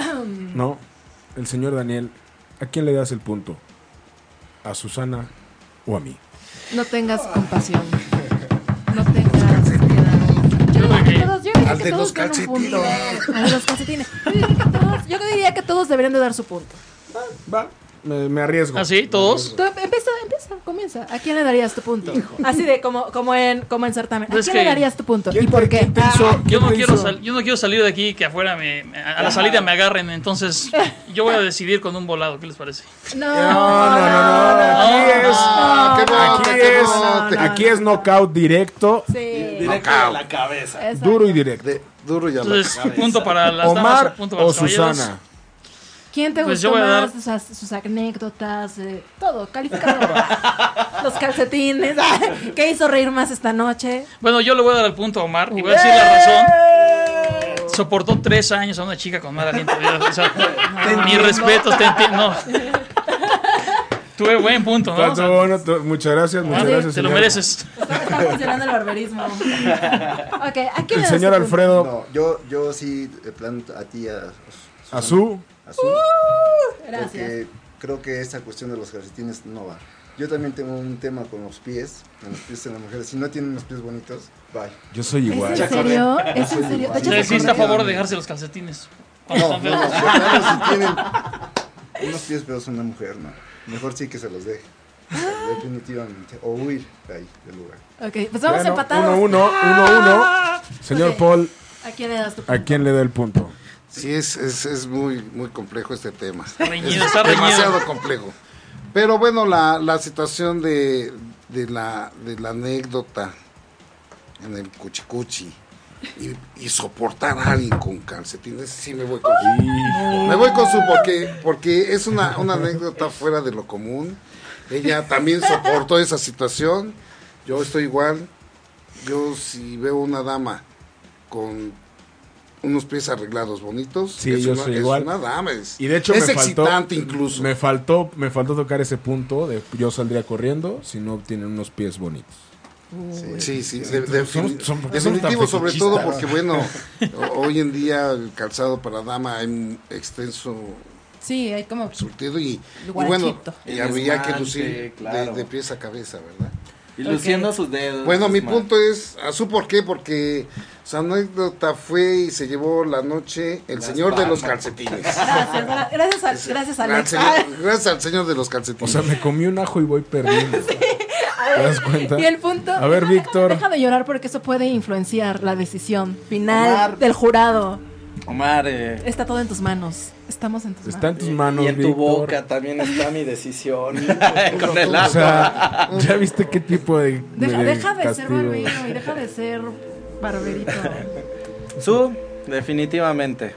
¿no? El señor Daniel, ¿a quién le das el punto? ¿A Susana o a mí? No tengas compasión. No tengas piedad. Yo diría que todos, yo diría Al que de todos los dan un punto. calcetines. Al de los calcetines. Yo diría que todos- Yo diría que todos deberían de dar su punto. Va, me, me arriesgo. ¿Ah, sí? ¿Todos? Tú em- empieza, empieza, comienza. ¿A quién le darías tu punto? Así de como, como en como en certamen. ¿A Es quién que- le darías tu punto? ¿Quién ¿Y te- por qué? quién te hizo- quién Yo no, te quiero hizo? sal- yo no quiero salir de aquí que afuera me, me- a la salida me agarren, entonces yo voy a decidir con un volado, ¿qué les parece? No, No, no, no, no, aquí es- Ah, qué no, Aquí no, es, no, no, aquí es knockout directo, Sí. Directo a la cabeza. exacto. duro y directo. De- duro y a la- Entonces, punto para las damas, Omar punto para o los caballeros. Susana. ¿Quién te Pues yo gustó voy a dar- más? Sus, as- sus anécdotas, eh, todo, calificado. Los calcetines. ¿Qué hizo reír más esta noche? Bueno, yo le voy a dar el punto a Omar y voy a decir la ¡Eh! razón. Soportó tres años a una chica con mal aliento. ya, o sea, mis respetos, te enti- No. Tuve buen punto, ¿no? O Tanto sea, ah, bueno, tú- muchas gracias, muchas sí, gracias. te lo señor. mereces. Está, está funcionando el barberismo. Ok, ¿a quién le El das señor tu punto? Alfredo No, yo, yo sí, de plan, a ti, a, a Azú. Azul. Gracias. Porque creo que esa cuestión de los calcetines no va. Yo también tengo un tema con los pies, con los pies de las mujeres. Si no tienen los pies bonitos, bye. Yo soy igual. ¿Es en serio? ¿Es en serio? De hecho, Le se existe a corrió. favor de dejarse los calcetines. Cuando No, no, están no, feos. de plano, si tienen unos pies feos una mujer, no. Mejor sí que se los deje. Definitivamente. O huir de ahí, del lugar. Ok, pues vamos Bueno, empatados. Ah. Uno, uno, uno, uno. Señor Ok. Paul, ¿A quién le das tu ¿a punto? quién le da el punto? Sí, es, es, es muy, muy complejo este tema. Reñido, Es está reñido. Demasiado complejo. Pero bueno, la, la situación de, de la, de la anécdota en el cuchicuchi y, y soportar a alguien con calcetines, sí me voy con su. Me voy con su porque, porque es una, una anécdota fuera de lo común. Ella también soportó esa situación. Yo estoy igual. Yo si veo una dama con unos pies arreglados bonitos, Sí, es, yo una, soy es igual. una dama. Es, Y de hecho es me faltó, excitante incluso. Me faltó, me faltó tocar ese punto de yo saldría corriendo si no tienen unos pies bonitos. Sí, sí, de- Son- de- son- son- son definitivo tan sobre todo fetichistas. porque bueno, o- hoy en día el calzado para dama hay un extenso Sí, hay como. surtido y, y bueno, Guachito. y El habría que esmalte, lucir claro. de, de pies a cabeza, ¿verdad? Y luciendo sus dedos. Bueno, mi man. punto es, ¿a su por qué? Porque su anécdota fue y se llevó la noche el Las señor de los bambas. calcetines. Gracias, gra- gracias, a, gracias Al Alex. señor- gracias al señor de los calcetines. O sea, me comí un ajo y voy perdiendo. ¿Te das cuenta? Y el punto. A ver, deja- Víctor. Deja de llorar porque eso puede influenciar la decisión final Omar. del jurado. Omar, eh, Está todo en tus manos. Estamos en tus Está en manos. tus manos, y en tu Víctor. boca también está mi decisión. Con el O ajo. sea, ¿ya viste qué tipo de, Deja, de deja de ser castigo? barbero y deja de ser barberito. Ah, Su, definitivamente.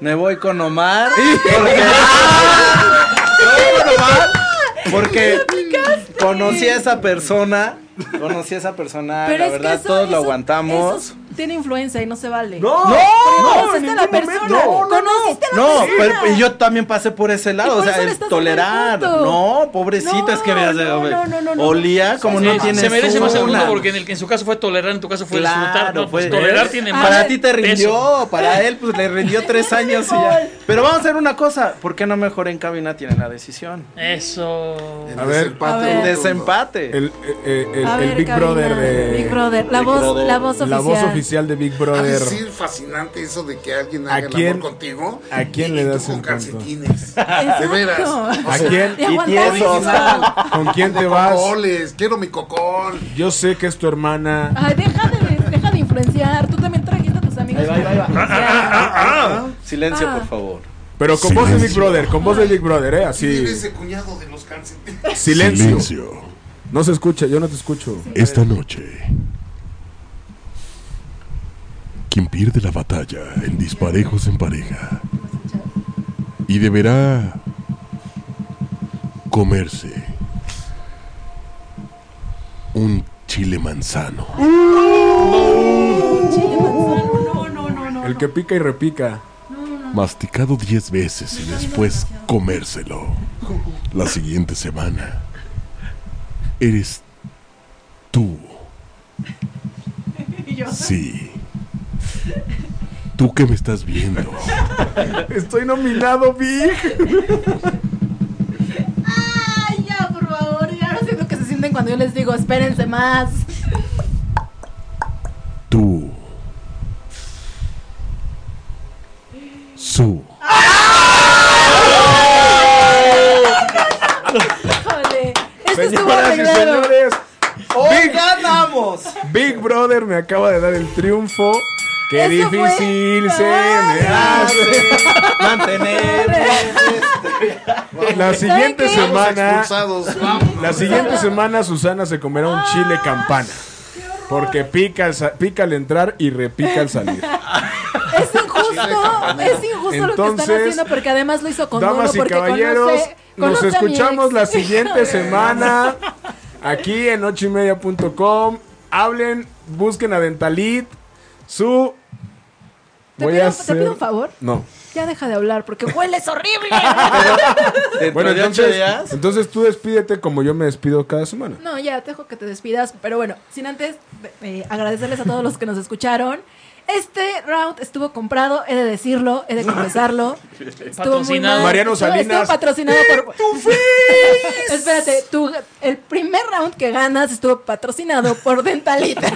Me voy con Omar. Porque, Me voy con Omar porque conocí a esa persona. Conocí a esa persona. la verdad, eso- todos lo eso- aguantamos. eso tiene influencia y no se vale. No, conociste a la persona, conociste a la no, persona. pero y yo también pasé por ese Y lado, por o sea, eso le el estás dando el tolerar. punto. No, pobrecito, No, es que veas, no, eh, no, no, no, no. olía como Sí, no sí, tienes se merece más el una. mundo porque en, el, en su caso fue tolerar, en tu caso fue disfrutar. Claro, No, pues, pues, tolerar tiene más. Para ti te rindió, peso. para él pues le rindió tres años y ya. Pero vamos a hacer una cosa, ¿por qué no mejor en cabina tienen la decisión? Eso. El A ver. desempate A ver. El rotundo. desempate. El, eh, el- A el ver, Big Karina, Brother de. Big Brother, la Big voz, Brother. La voz oficial. La voz oficial de Big Ha de Brother. ser fascinante eso de que alguien ¿A haga el quién- amor contigo. a quién y- le y tú das con el punto? calcetines? Exacto. De veras. ¿A quién? Y aguantar tiesos. risa. ¿Con quién te De vas? cocoles, quiero mi cocol. Yo sé que es tu hermana. Ay, deja de, deja de influenciar. Tú también trajiste a tus amigos. Ahí va, ahí va, ahí va. para influenciar. Silencio, Ah. por favor. Pero con voz de Big Brother, con voz de Big Brother, ¿eh? Sí. Así. ese cuñado de los calcetines? Silencio. No se escucha, yo no te escucho. Esta noche, quien pierde la batalla en disparejos en pareja y deberá comerse un chile manzano. Chile manzano, No, no, no, no. El que pica y repica. masticado 10 veces y después comérselo. La siguiente semana eres tú. Sí. Tú que me estás viendo. Estoy nominado, Big. Ay, ya, por favor. Ya no sé lo que se sienten cuando yo les digo, espérense más. Tú. Su. Híjole. Esto estuvo Señoras y arreglado. señores, ¡Hoy ganamos! Big Brother me acaba de dar el triunfo. Qué Eso fue- difícil se me hace. Mantener. La siguiente ¿Saben qué? semana. Expulsados, vamos. La siguiente semana Susana se comerá un chile campana. Porque pica al, sa- pica al entrar y repica al salir. Es injusto. Es injusto lo que Entonces, están haciendo porque además lo hizo con Damas dolo y porque caballeros, conoce, nos conoce a mi escuchamos ex. la siguiente semana aquí en ochimedia.com. Hablen, busquen a Dentalit. Su. ¿Te pido- te pido un favor? No. Ya deja de hablar porque hueles horrible. Bueno, Dentro de ocho entonces, días. entonces tú despídete como yo me despido cada semana. No, ya, te dejo que te despidas. Pero bueno, sin antes eh, agradecerles a todos los que nos escucharon. Este round estuvo comprado, he de decirlo, he de confesarlo. Estuvo muy Patrocinado. mal. Mariano Estuvo- Salinas. Estuvo patrocinado por. Espérate, tú- el primer round que ganas estuvo patrocinado por Dentalita.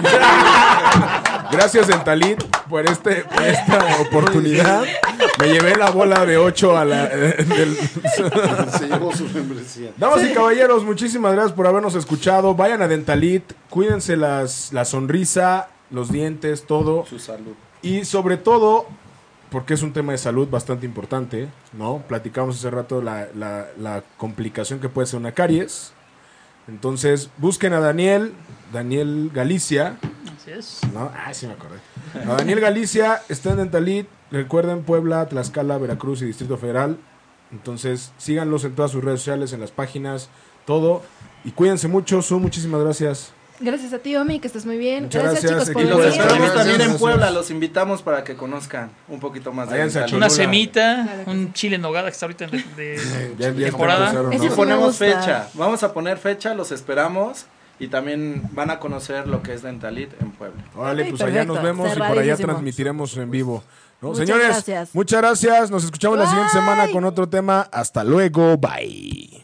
Gracias, Dentalit, por, este, por esta oportunidad. Me llevé la bola de 8 a la. eh, del- Se llevó su membresía. Damas y caballeros, muchísimas gracias por habernos escuchado. Vayan a Dentalit, cuídense las, la sonrisa, los dientes, todo. Su salud. Y sobre todo, porque es un tema de salud bastante importante, ¿no? Platicamos hace rato la, la- la complicación que puede ser una caries. Entonces, busquen a Daniel, Daniel Galicia, Así es. ¿no? Ah, sí me acordé. A Daniel Galicia está en Dentalit, recuerden Puebla, Tlaxcala, Veracruz y Distrito Federal. Entonces, síganlos en todas sus redes sociales, en las páginas, todo. Y cuídense mucho, Su, muchísimas gracias. Gracias a ti, Omi, que estés muy bien. Muchas gracias, gracias, chicos, por Y los venir. Gracias, esperamos también en gracias. Puebla, los invitamos para que conozcan un poquito más de Váyanse a Dental. Una Cholula. semita, Claro que un chile en nogada que está ahorita de, de- Ya- ya está temporada. empezando, Eso Y sí me ponemos gusta. fecha, vamos a poner fecha, los esperamos y también van a conocer lo que es Dentalit en Puebla. Órale, Ok, pues allá perfecto. nos vemos y por allá Cerradísimo. transmitiremos en vivo. ¿no? Muchas Señores, gracias. muchas gracias. Nos escuchamos la siguiente Bye. semana con otro tema. Hasta luego. Bye.